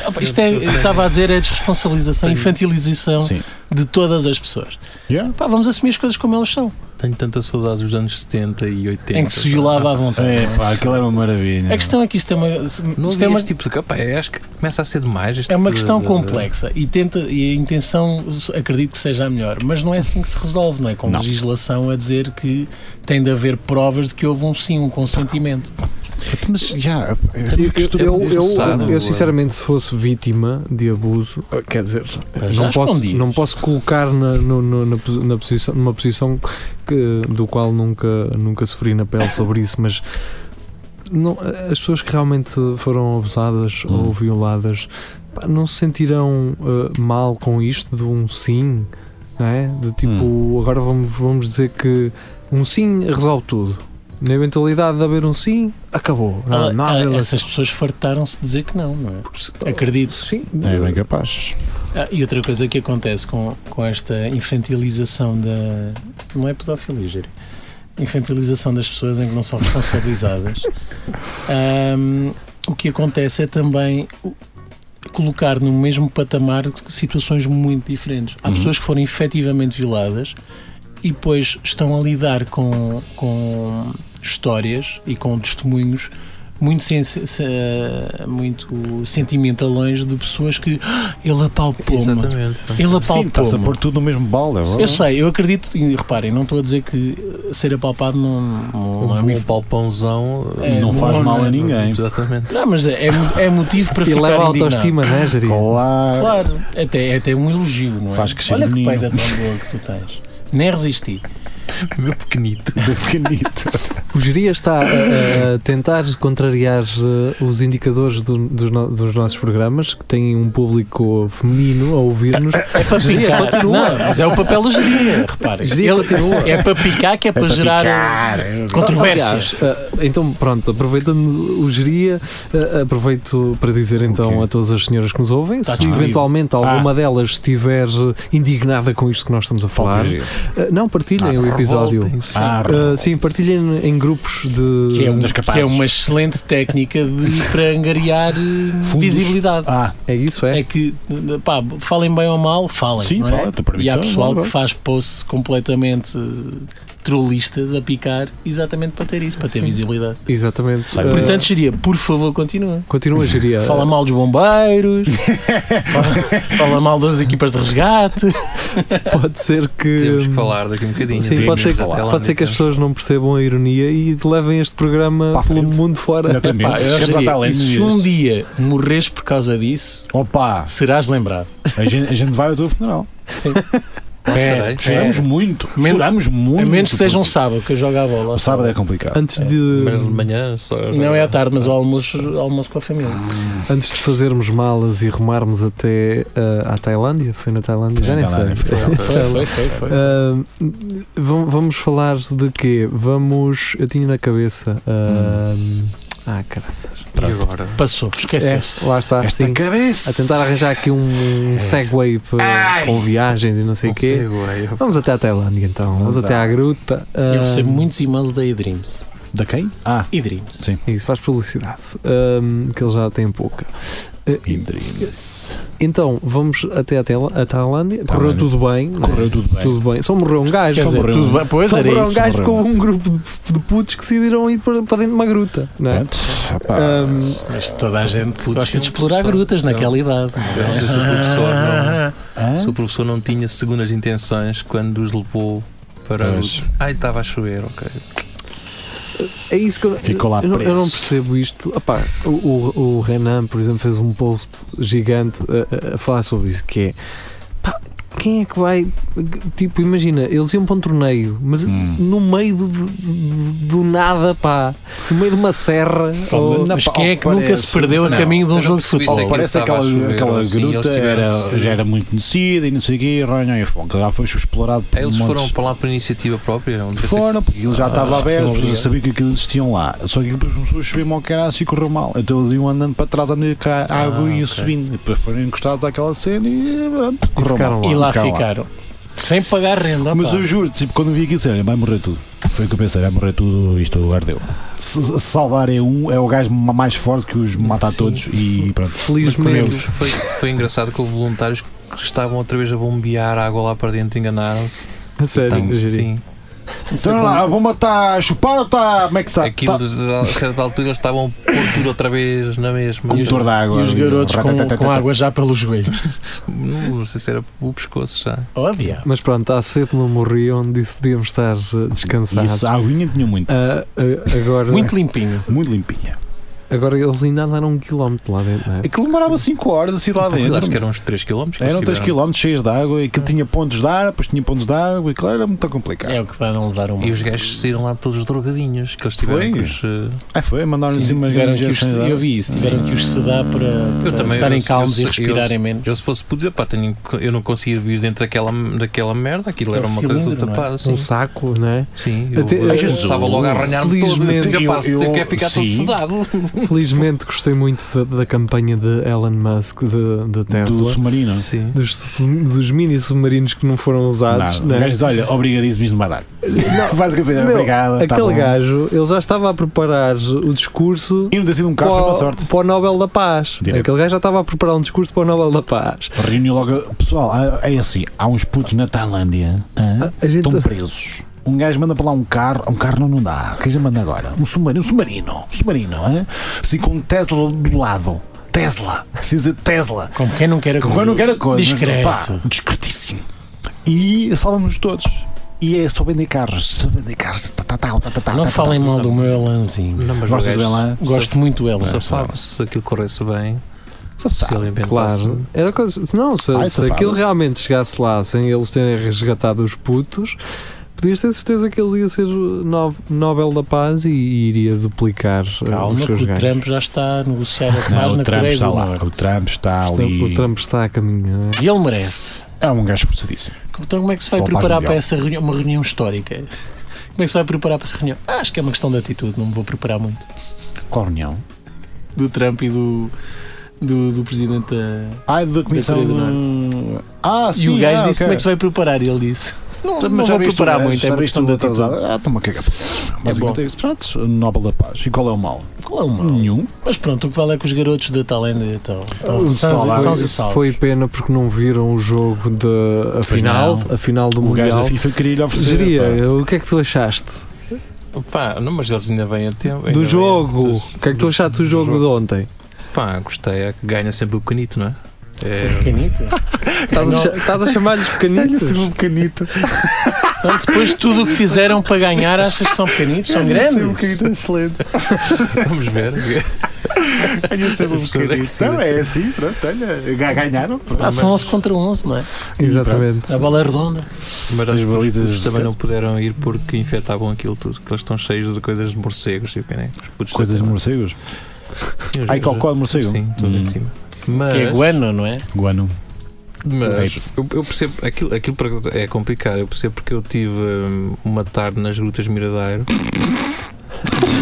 S4: Ah, pá, isto é, eu estava a dizer é desresponsabilização, infantilização
S3: Sim.
S4: de todas as pessoas
S3: Yeah.
S4: Pá, vamos assumir as coisas como elas são
S5: Tenho tanta saudade dos anos 70 e 80.
S4: em que se violava à vontade
S3: É, pá, aquilo era uma maravilha.
S4: a questão é que isto é uma,
S5: Não
S4: isto
S5: havia
S4: é uma
S5: este tipo de capa. é, Acho que começa a ser demais. este
S4: É uma
S5: tipo de-
S4: questão
S5: de-
S4: complexa e, tenta, e a intenção acredito que seja a melhor, mas não é assim que se resolve, não é? Com
S3: Não.
S4: legislação a dizer que tem de haver provas de que houve um sim, um consentimento.
S3: Mas já.
S2: Eu, eu- eu-
S5: Sabe,
S2: eu,
S5: o-
S2: sinceramente, se fosse vítima de abuso, eh, quer dizer,
S4: Mas já
S2: não posso,
S4: respondias.
S2: não posso colocar na, no- no- na, posi- na posição, numa posição que, do qual nunca, nunca sofri na pele sobre isso, mas não- as pessoas que realmente foram abusadas
S3: Hum.
S2: ou violadas pá, não se sentirão eh, mal com isto de um sim, não é? De tipo,
S4: Hum.
S2: agora vamos, vamos dizer que um sim resolve tudo. Na eventualidade de haver um sim, acabou. Não,
S4: Ah,
S2: não há
S4: ah,
S2: violação.
S4: essas pessoas fartaram-se de dizer que não, não é? Acredito.
S2: Sim.
S3: É bem capaz.
S4: Ah, e outra coisa que acontece com, com esta infantilização da. Não é pedofilia, Jerry. Infantilização das pessoas em que não são responsabilizadas. Ahm, o que acontece é também o- colocar no mesmo patamar situações muito diferentes. Há
S3: Uhum.
S4: pessoas que foram efetivamente violadas e depois estão a lidar com, com histórias e com testemunhos muito, sen se, muito sentimentalões de pessoas que "Ah, ele apalpou-me.
S5: Exatamente.
S4: Ele é um
S3: Sim, estás a
S4: apalpou-me.
S3: pôr tudo no mesmo balde. é verdade.
S4: Eu sei, eu acredito, e reparem, não estou a dizer que ser apalpado não, não, não é
S5: Um
S4: muito.
S5: palpãozão.
S4: É,
S5: eh,
S4: não faz
S5: é-
S3: mal a ninguém.
S5: Exatamente.
S4: Não, mas é, é mo- é motivo para
S2: E
S4: ficar
S2: leva a
S4: indignado.
S2: autoestima, né, Jari?
S3: Claro.
S4: Claro, até, é até um elogio, não é?
S3: Faz crescer
S4: Olha que
S3: menino.
S4: peida tão boa que tu tens. Nem resisti.
S5: Meu pequenito.
S3: Pequenito.
S2: O Geria está a, a tentar contrariar eh, os indicadores do- dos, no- dos nossos programas, que têm um público feminino a ouvir-nos.
S4: É para
S2: Geria,
S4: picar.
S2: continua.
S4: Não, mas é o papel do geria, reparem.
S2: Geria,
S4: Ele-
S2: continua.
S4: É para picar que é para,
S3: para
S4: gerar eh, um-
S3: picar.
S4: controvérsias.
S2: Aliás, eh, então, pronto, aproveitando o geria, eh, aproveito para dizer então
S3: Ok.
S2: a todas as senhoras que nos ouvem,
S4: Está
S2: se
S4: Tá disponível. Ah.
S2: eventualmente alguma delas estiver eh, indignada com isto que nós estamos a falar, eh, não partilhem
S4: tá.
S2: o episódio.
S5: Revoltem-se.
S3: Ah,
S2: Eh, sim, partilhem em grupos de.
S4: Que é, um-
S3: Dos capazes.
S4: que é uma excelente técnica de, para angariar eh,
S3: Fundos.
S4: visibilidade.
S3: Ah,
S2: É isso, é?
S4: É que, pá, falem bem ou mal, falem.
S3: sim,
S4: não é?
S3: fala, tu para mim
S4: E há
S3: tá,
S4: pessoal
S3: vai,
S4: que
S3: vai.
S4: faz posts completamente eh, trollistas a picar exatamente para ter isso, para ter visibilidade.
S2: Exatamente.
S3: Sai
S2: Eh,
S3: por
S4: Portanto, seria, por favor, continua.
S2: continua,
S3: Eh.
S2: geria.
S4: Fala mal dos bombeiros, fala, fala mal das equipas de resgate.
S2: Pode ser que.
S5: Temos que falar daqui um bocadinho.
S2: Sim, pode ser, que,
S5: Até lá,
S2: pode ser que as
S5: então.
S2: pessoas não percebam a ironia e levem este programa
S3: Para a
S2: pelo
S3: frente.
S2: mundo fora.
S3: Exatamente. é
S4: Pá, eu
S3: Sempre há
S4: diria, e
S3: talentos
S4: se
S3: nisso.
S4: um dia morres por causa disso,
S3: Ah, Opa,
S4: serás lembrado.
S3: a gente, a gente vai ao teu funeral.
S4: É,
S5: Serei.
S3: Choramos muito.
S4: Men-
S3: Choramos muito.
S4: A menos que seja um
S3: porque
S4: sábado que eu jogo a bola.
S3: O sábado é complicado.
S2: Antes de,
S5: Mas de manhã só.
S4: Não é à tarde, mas o almoço, almoço com a família.
S2: antes de fazermos malas e rumarmos até eh, à Tailândia, foi na Tailândia,
S3: Sim,
S2: já nem
S3: Tailândia,
S2: sei.
S4: Foi, foi, foi. foi.
S2: Ah, vam- vamos falar de quê? Vamos. Eu tinha na cabeça. ah, Ah, caraças.
S5: E agora?
S4: Passou, esqueceste.
S2: É, lá está.
S3: Esta
S2: sim.
S3: cabeça.
S2: A tentar arranjar aqui um segue para, com viagens e não sei o
S5: Não sei,
S2: quê.
S5: ué, eu-
S2: Vamos até à Tailândia então. Vamos
S3: Não dá.
S2: até à gruta.
S4: Eu
S2: Ah,
S4: recebo muitos e-mails da eDreams.
S3: Da quem? Ah,
S4: eDreams.
S2: Isso faz publicidade, ahm, que eles já têm pouca.
S3: Indreams.
S2: Então, vamos até a, Tail- a Tailândia. Correu
S3: Tailândia.
S2: tudo bem. não é?
S3: Correu tudo bem.
S2: Tudo bem. Só morreu um gajo.
S4: Quer
S2: Só
S4: dizer,
S2: morreu,
S3: morreu
S4: tudo
S3: um.
S4: bem. Pois
S2: só
S4: era
S2: morreu um
S4: isso.
S2: gajo
S3: morreu
S2: com um grupo de, de putos que decidiram ir para, para dentro de uma gruta. Não é?
S3: Pronto, opá.
S4: Ah,
S2: Ahm,
S4: Mas toda a gente
S5: Putz,
S4: gosta de
S5: sim,
S4: explorar
S5: professor.
S4: grutas naquela idade.
S5: Eu não sei se o professor não-
S3: Hã?
S5: Se o professor não tinha segundas intenções quando os levou para. a
S3: Pois.
S5: gruta. Ai, estava a chover, ok.
S2: é isso que eu,
S3: Ficou lá
S2: eu, não- eu não
S3: preso.
S2: percebo isto. Opá, o, o, o Renan, por exemplo, fez um post gigante a, a- a falar sobre isso, que é pá, quem é que vai. Tipo, imagina, eles iam para um torneio, mas
S3: Hum.
S2: no meio do, do- do nada, pá, no meio de uma serra. ou-
S3: Não,
S4: Mas
S3: pá,
S4: quem é que nunca
S3: parece-
S4: se perdeu a
S5: não,
S4: caminho de
S5: eu
S4: um
S5: não
S4: jogo de
S5: percebi
S4: futebol?
S5: isso
S3: Oh,
S5: aquilo
S3: parece
S5: estava
S3: aquela,
S5: a chover,
S3: aquela
S5: ou assim, eles
S3: gruta
S5: tiveram-
S3: era, já era muito conhecida e não sei o quê, ranham e fogo. Já foi explorado por
S5: Eles foram
S3: montes-
S5: para lá por iniciativa própria. onde
S3: Foram, porque aquilo já
S5: Ah,
S3: estava aberto, as
S5: obrigado.
S3: pessoas sabiam que aquilo existiam lá. Só que depois começou a chover mal caraças e correu mal. Então eles iam andando para trás à medida que a
S5: Ah,
S3: água ia
S5: ok.
S3: subindo. E Depois foram encostados àquela cena e pronto,
S2: e
S3: correu
S2: ficaram
S3: mal.
S2: lá.
S4: E lá
S3: Ficaram lá.
S4: ficaram. Sem pagar renda.
S3: Mas
S4: pá.
S3: eu juro, tipo, quando vi aquilo, sério, vai morrer tudo. Foi o que eu pensei, vai morrer tudo, isto ardeu. Se, se salvar é um, é o gajo ma- mais forte que os mata a
S5: Sim.
S3: todos e pronto.
S2: Felizmente.
S5: Aquilo Foi, foi engraçado que houve voluntários que estavam outra vez a bombear a água lá para dentro, enganaram-se.
S2: A sério, é
S5: Então,
S2: Jiri.
S5: sim.
S3: Então lá, a bomba está a chupar ou está. Como é que está?
S5: Aquilo,
S3: Está-
S5: a certa altura, eles estavam a pôr tudo outra vez na mesma.
S3: Com um motor de
S4: E
S3: água.
S4: os
S3: ali, tá,
S4: garotos com,
S3: ratatatata.
S4: com água já pelos joelhos.
S5: Não, não sei se era o pescoço já.
S4: Óbvio.
S2: Mas pronto, há cedo no Morrio, onde disse que podíamos estar eh, descansados.
S3: Isso, a aguinha tinha muito.
S2: Ah, ah, agora,
S4: Muito limpinho.
S3: Muito limpinha.
S2: agora eles ainda andaram um quilómetro lá dentro, não é?
S3: Aquilo demorava 5 horas assim lá
S5: Aquilo
S3: dentro.
S5: Então, Acho que eram uns 3 km. que
S3: Eram
S5: eles
S3: 3
S5: tiveram.
S3: km cheios de água e que tinha pontos de ar, depois tinha pontos de água e claro, era muito complicado.
S4: É o que dá a não levar uma.
S5: E os gajos saíram lá todos drogadinhos, que eles tiveram
S3: Foi?
S5: que os, eh,
S3: Ah, foi, mandaram-nos
S4: Sim,
S3: uma
S4: tiveram
S3: grande
S4: que os,
S3: injeção de
S4: eu
S3: água.
S4: vi isso, tiveram que os sedar para, para
S5: também,
S4: estarem
S5: eu-
S4: calmos
S5: eu-
S4: e respirarem menos.
S5: Eu se fosse puto dizer, pá, tenho, que- eu não conseguia vir dentro daquela, daquela merda, aquilo era
S4: Aquele
S5: uma coisa
S4: cilindro,
S5: toda
S4: não é?
S5: tapada. Sim,
S2: Um saco, não é?
S5: sim eu,
S2: Até-
S5: eu
S2: Ai,
S3: Jesus.
S5: começava logo a arranhar-me todo.
S2: Felizmente,
S5: Dizia, pá, se
S3: eu-
S5: você
S3: eu-
S5: quer ficar todo
S3: sim.
S5: sedado.
S2: Felizmente gostei muito da, da campanha de Elon Musk de- da
S3: Do
S2: Tesla.
S3: submarino.
S5: Sim.
S2: Dos, sub- dos mini submarinos que não foram usados.
S4: né?
S3: Nada.
S2: não é?
S3: O gajo diz, olha, obrigadíssimo, isto não vai dar. Basicamente,
S2: Meu,
S3: obrigado. tá
S2: Aquele
S3: bom.
S2: gajo, ele já estava a preparar o discurso
S3: E não ter sido um
S2: para,
S3: carro, foi uma sorte.
S2: para o Nobel da Paz.
S3: Direto.
S2: Aquele gajo já estava a preparar um discurso para o Nobel da Paz.
S3: Reuniu logo. Pessoal, há- é assim: há uns putos na Tailândia hã?
S2: A gente,
S3: estão presos. Um gajo manda para lá um carro, um carro não, não dá. Quem já manda agora? Um submarino, um submarino, um submarino, é? Assim com um Tesla do lado. Tesla, assim dizer Tesla.
S4: Como quem não quer a
S3: Com
S4: coisa.
S3: quem não quer a
S5: é?
S3: coisa.
S4: Discreto.
S3: Pá, discretíssimo. E salvamos-nos todos. E é só vender carros, só vender carros. Tá, tá, tá, tá, tá, tá,
S4: Não
S3: tá,
S4: falem
S3: tá.
S4: mal do meu Elanzinho.
S5: Não, mas
S3: Gostas
S5: o
S3: do
S5: gajo
S3: Elan?
S5: só-
S4: Gosto muito do Elan.
S5: Só sabe se aquilo corresse bem,
S3: Só
S5: se
S3: tá.
S5: ele inventasse.
S2: Claro, era coisa. Não, se,
S3: Ai,
S2: se aquilo
S3: safadas.
S2: realmente chegasse lá sem eles terem resgatado os putos, podias ter certeza que ele ia ser no- Nobel da Paz e, e iria duplicar eh,
S4: Calma,
S2: os
S4: que
S2: seus
S4: o
S2: ganhos.
S4: Trump já está a negociar a paz
S3: Não,
S4: é na
S3: o Trump
S4: Coreia
S3: está
S4: do
S3: lá.
S4: Norte. é
S3: O Trump está
S2: Portanto,
S3: ali.
S2: O Trump está a caminho. não é?
S4: E ele merece.
S3: É um gajo processadíssimo.
S4: Então como é que se vai
S3: Pela paz
S4: preparar
S3: mundial.
S4: para essa reunião, uma reunião histórica? Como é que se vai preparar para essa reunião? Ah, acho que é uma questão de atitude, não me vou preparar muito.
S3: Qual reunião?
S4: Do Trump e do, do, do presidente da...
S3: Ah, da Comissão.
S4: Coreia do
S3: Ah,
S4: e
S3: sim.
S4: o gajo
S3: ah,
S4: disse
S3: ok. Então,
S4: como é que se vai preparar e ele disse não,
S3: Mas
S4: não
S3: já
S4: vou
S3: viste
S4: preparar
S3: o gajo,
S4: muito, é
S3: já
S4: uma
S3: viste
S4: questão de
S3: o outro
S4: atitude.
S3: lado? Ah, toma cagar. Basicamente é isso. Pronto, Nobel da Paz. E qual é o mal?
S4: Qual é o mal?
S3: Nenhum.
S4: Mas pronto, o que vale é que os garotos da Talenda e tal.
S2: Foi-
S4: São
S2: foi,
S4: salvos.
S2: foi pena porque não viram o jogo da a final,
S3: não.
S2: a final do
S3: O gajo
S2: Mundial.
S3: da FIFA queria lhe oferecer. pá.
S2: Geria, o que é que tu achaste
S5: Pá, não, mas eles ainda vêm a tempo. ainda
S2: do
S5: vêm a-
S2: jogo? O que é que tu achaste do jogo de ontem?
S5: Pá, gostei, é que ganha sempre o pequenito, não é? É,
S4: Pequenito.
S2: Estás a
S4: Não.
S2: cha- Estás a chamar-lhes
S3: Olha,
S2: pequenitos?
S3: se um pequenito.
S4: Então, depois de tudo o que fizeram para ganhar, achas que são pequenitos? São
S3: Olha, se um
S4: grandes?
S3: pequenito é excelente.
S5: vamos ver.
S3: Olha, se um
S5: As pessoas é que
S3: pequenito.
S5: decidem.
S3: Não, é assim, pronto. Olha, ga- ganharam. pronto.
S4: Ah, são 11 contra 11, não é?
S2: Exatamente.
S4: A bola é redonda.
S5: Mas
S3: As
S5: acho que os
S3: balizas
S5: putos
S3: de
S5: também
S3: ferro.
S5: não puderam ir porque infectavam aquilo tudo, que eles estão cheios de coisas de morcegos e o que nem. Os putos
S3: Coisas de
S5: da-
S3: morcegos.
S5: Sim, os-
S3: Ai, cocó de morcego.
S5: Sim, tudo assim.
S3: Hum.
S5: em cima.
S4: Que
S5: Mas,
S4: é guano, não é?
S3: Guano.
S5: mas eu, eu percebo, aquilo, aquilo para- é complicado, eu percebo porque eu tive hum, uma tarde nas grutas Miradeiro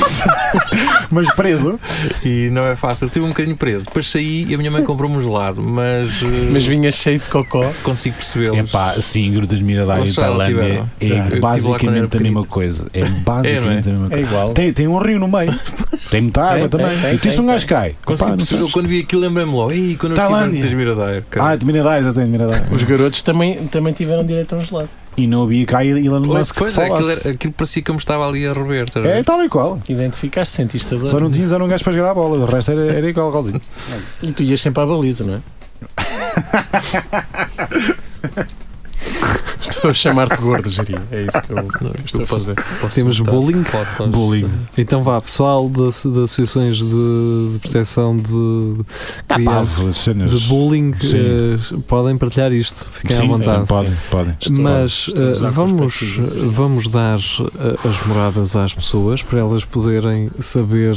S3: Mas preso.
S5: e não é fácil, estive um bocadinho preso. Depois saí e a minha mãe comprou-me um gelado, mas, hum,
S4: Mas vinha cheio de cocó.
S5: consigo
S3: É
S5: percebê-los.
S3: pá, sim, Grutas Miradar
S5: Eles
S3: e
S5: já lá
S3: Tailândia
S5: tiveram. Já. Eu
S3: é
S5: tive lá quando era
S3: basicamente a
S5: pequenito.
S3: mesma coisa. É basicamente a mesma
S4: É
S3: coisa.
S4: igual.
S3: Tem, tem um rio no meio, tem muita água
S4: Tem, tem,
S3: também.
S4: tem,
S3: e tu se
S4: tem,
S3: um gajo cai.
S5: Consigo
S3: Epá, não
S5: perceber, eu
S3: sabes.
S5: quando vi aquilo lembrei-me logo, ei, quando eu estive em
S3: Tailândia.
S5: grutas Miradeiro.
S3: Ah, de Miradar, exatamente, Miradar.
S4: Os garotos também, também tiveram direito a um gelado.
S3: E não havia cá Elon
S5: Pois,
S3: Musk que
S5: pois, é, aquilo,
S3: falasse.
S5: era, aquilo parecia que eu me estava ali a rever. estás a ver?
S3: É tal e qual.
S4: Identificaste, sentiste a
S3: Só
S4: dor.
S3: não tinhas era um gajo para jogar a bola, o resto era, era igual, igualzinho.
S4: E tu ias sempre à baliza, não é? Estou a chamar-te gordo, Jeria. É isso que eu.
S5: Não,
S4: Estou a
S5: eu posso, posso
S2: Temos
S5: botar
S2: bullying?
S5: fotos.
S2: Então vá, pessoal das das associações de, de proteção de
S3: Ah, pá,
S2: crianças
S3: as cenas.
S2: de bullying
S3: Sim.
S2: eh, podem partilhar isto, fiquem
S3: Sim,
S2: à
S3: sim,
S2: vontade.
S3: Podem, podem.
S2: Mas
S4: estou a usar
S2: eh, vamos,
S4: perspectivas.
S2: vamos dar eh, as moradas às pessoas para elas poderem saber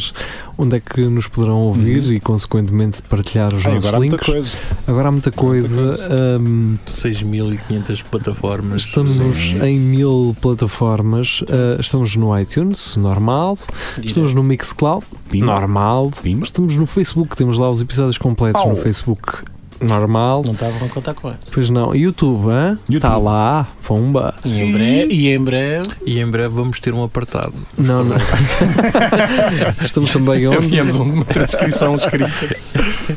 S2: onde é que nos poderão ouvir e, consequentemente, partilhar os
S3: Ah,
S2: nossos
S3: agora há muita
S2: links.
S3: coisa.
S2: Agora há muita coisa. ahm,
S5: 6.500 plataformas.
S2: estamos
S3: Sim.
S2: em mil plataformas. ah, estamos no iTunes, normal. Estamos no Mixcloud,
S3: Pimba.
S2: normal.
S3: Pimba.
S2: Estamos no Facebook, temos lá os episódios completos
S3: Au.
S2: no Facebook. Normal,
S4: Não estavam a contar com essa.
S2: pois não. YouTube, hã? Está
S3: YouTube.
S2: lá, pomba.
S4: E em breve, e em breve
S5: E em breve vamos ter um apartado.
S2: Não, não. Estamos
S3: É
S2: também onde?
S4: enviamos uma transcrição escrita.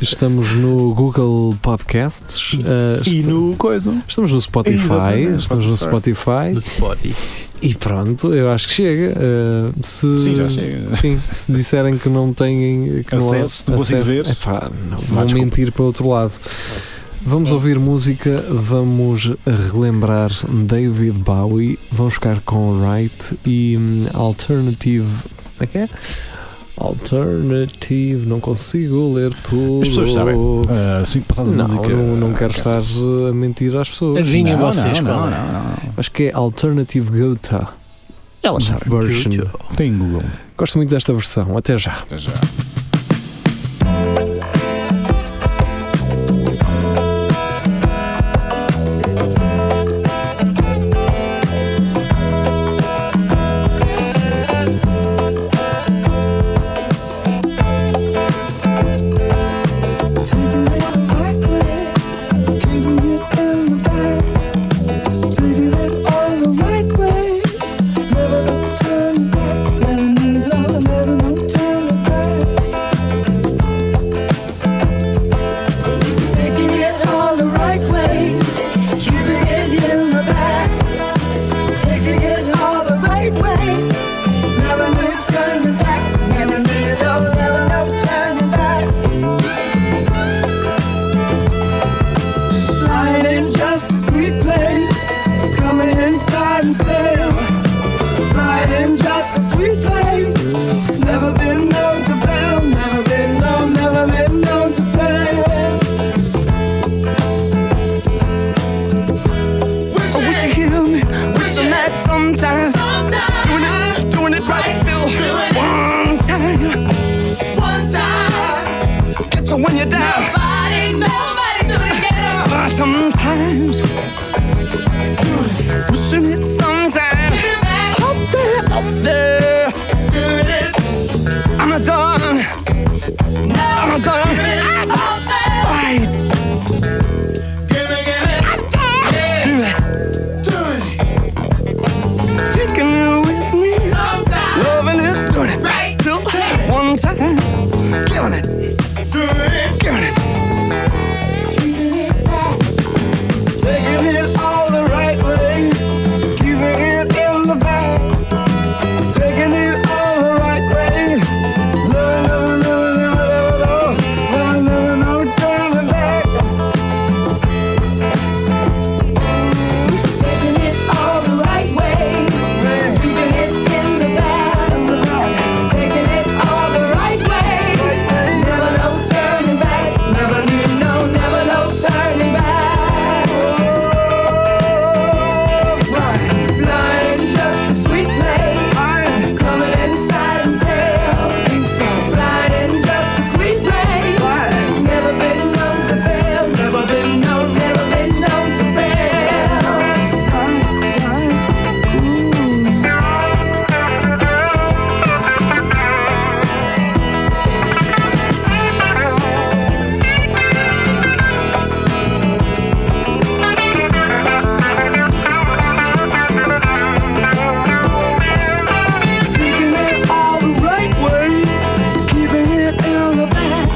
S2: Estamos no Google Podcasts, eh, est-
S3: E no coisa.
S2: estamos no Spotify,
S3: Exatamente,
S2: estamos no
S3: Spotify.
S2: Spotify
S5: No Spotify.
S2: e pronto, eu acho que chega. eh, se,
S3: Sim, já chega.
S2: sim, se disserem que não têm que não há
S3: Acesso, não consigo ver.
S2: epá, não,
S3: Sim,
S2: vão
S3: desculpa.
S2: mentir para outro lado. Vamos ouvir música, vamos relembrar David Bowie, vamos ficar com Right e hum, Alternative. Como é que é? Alternative, não consigo ler tudo.
S3: As pessoas sabem. Ah, Assim que passares a
S2: Não,
S3: música. É.
S2: não, não quero
S3: ah,
S2: estar uh, a mentir às pessoas.
S4: Adivinhem
S3: não,
S4: vocês,
S3: não,
S4: qual
S3: não,
S4: é?
S3: não, não.
S2: Acho que é Alternative Gotha
S3: Elas sabem.
S2: version.
S3: Tem Google.
S2: Gosto muito desta versão. Até já.
S3: Até já.
S7: Never no turning back, never need no, never no turning back. out there. I'm not done. I'm not done. Why? I'm done. Taking it with me. Loving it. Doing it. Till One time. Giving it. Giving it. Taking it all the right way. Keeping it in the bag. Taking it all the right way. Never, never, never, never, never, never, never, never, no turning back.
S8: Taking it all the right way. Keeping it in the bag. Taking it all the right way. Never no turning back. Never need no, never no turning back. Flying just a sweet place. Coming inside and sail. Flying just a sweet place. Never been known to fail. Never been known, never been known to fail.
S7: Taking it all the right way, keeping it in the back.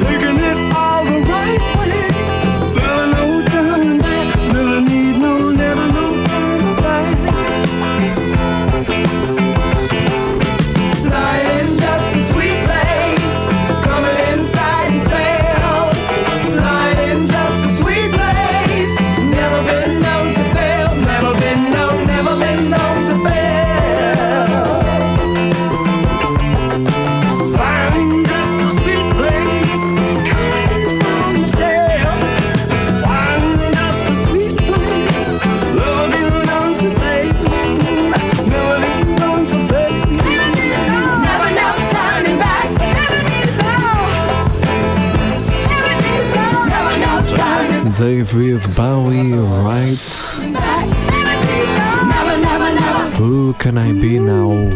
S7: Taking it all the right way, never no turning back. Never need no, never no turning back.
S8: Flying just a sweet place. Coming inside and sail. Flying just a sweet place. Never been known to fail. Never been known, never been known to fail.
S7: Finding just a sweet place, coming inside and sail. Finding just a sweet place, loving on to fame. Never been known to fame.
S8: Never no turning back. Never no turning
S2: David Bowie, Right?
S8: back. Never, never, never.
S2: Who Can I Be Now?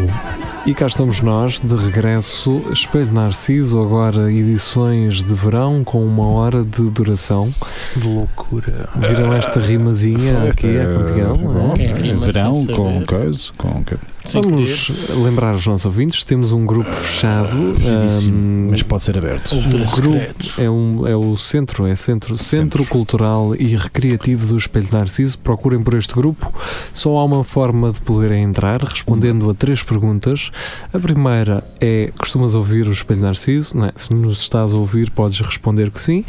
S2: E cá estamos nós, de regresso, Espelho Narciso, agora edições de verão com uma hora de duração.
S5: De loucura. Eh,
S2: Viram esta rimazinha aqui, é campeão? é?
S4: É rima sem
S3: tipo, verão
S4: saber.
S3: com coisa, com coisa.
S4: Sem
S2: Vamos lembrar os nossos ouvintes, temos um grupo fechado. ehm,
S3: Fechadíssimo,
S2: ahm,
S3: mas pode ser aberto.
S4: querer.
S2: O grupo é, um, é o centro, é centro, centro
S3: Centro.
S2: Cultural e Recreativo do Espelho de Narciso. Procurem por este grupo. Só há uma forma de poderem entrar, respondendo a três perguntas. A primeira é: costumas ouvir o Espelho de Narciso? Não é? Se nos estás a ouvir, podes responder que sim.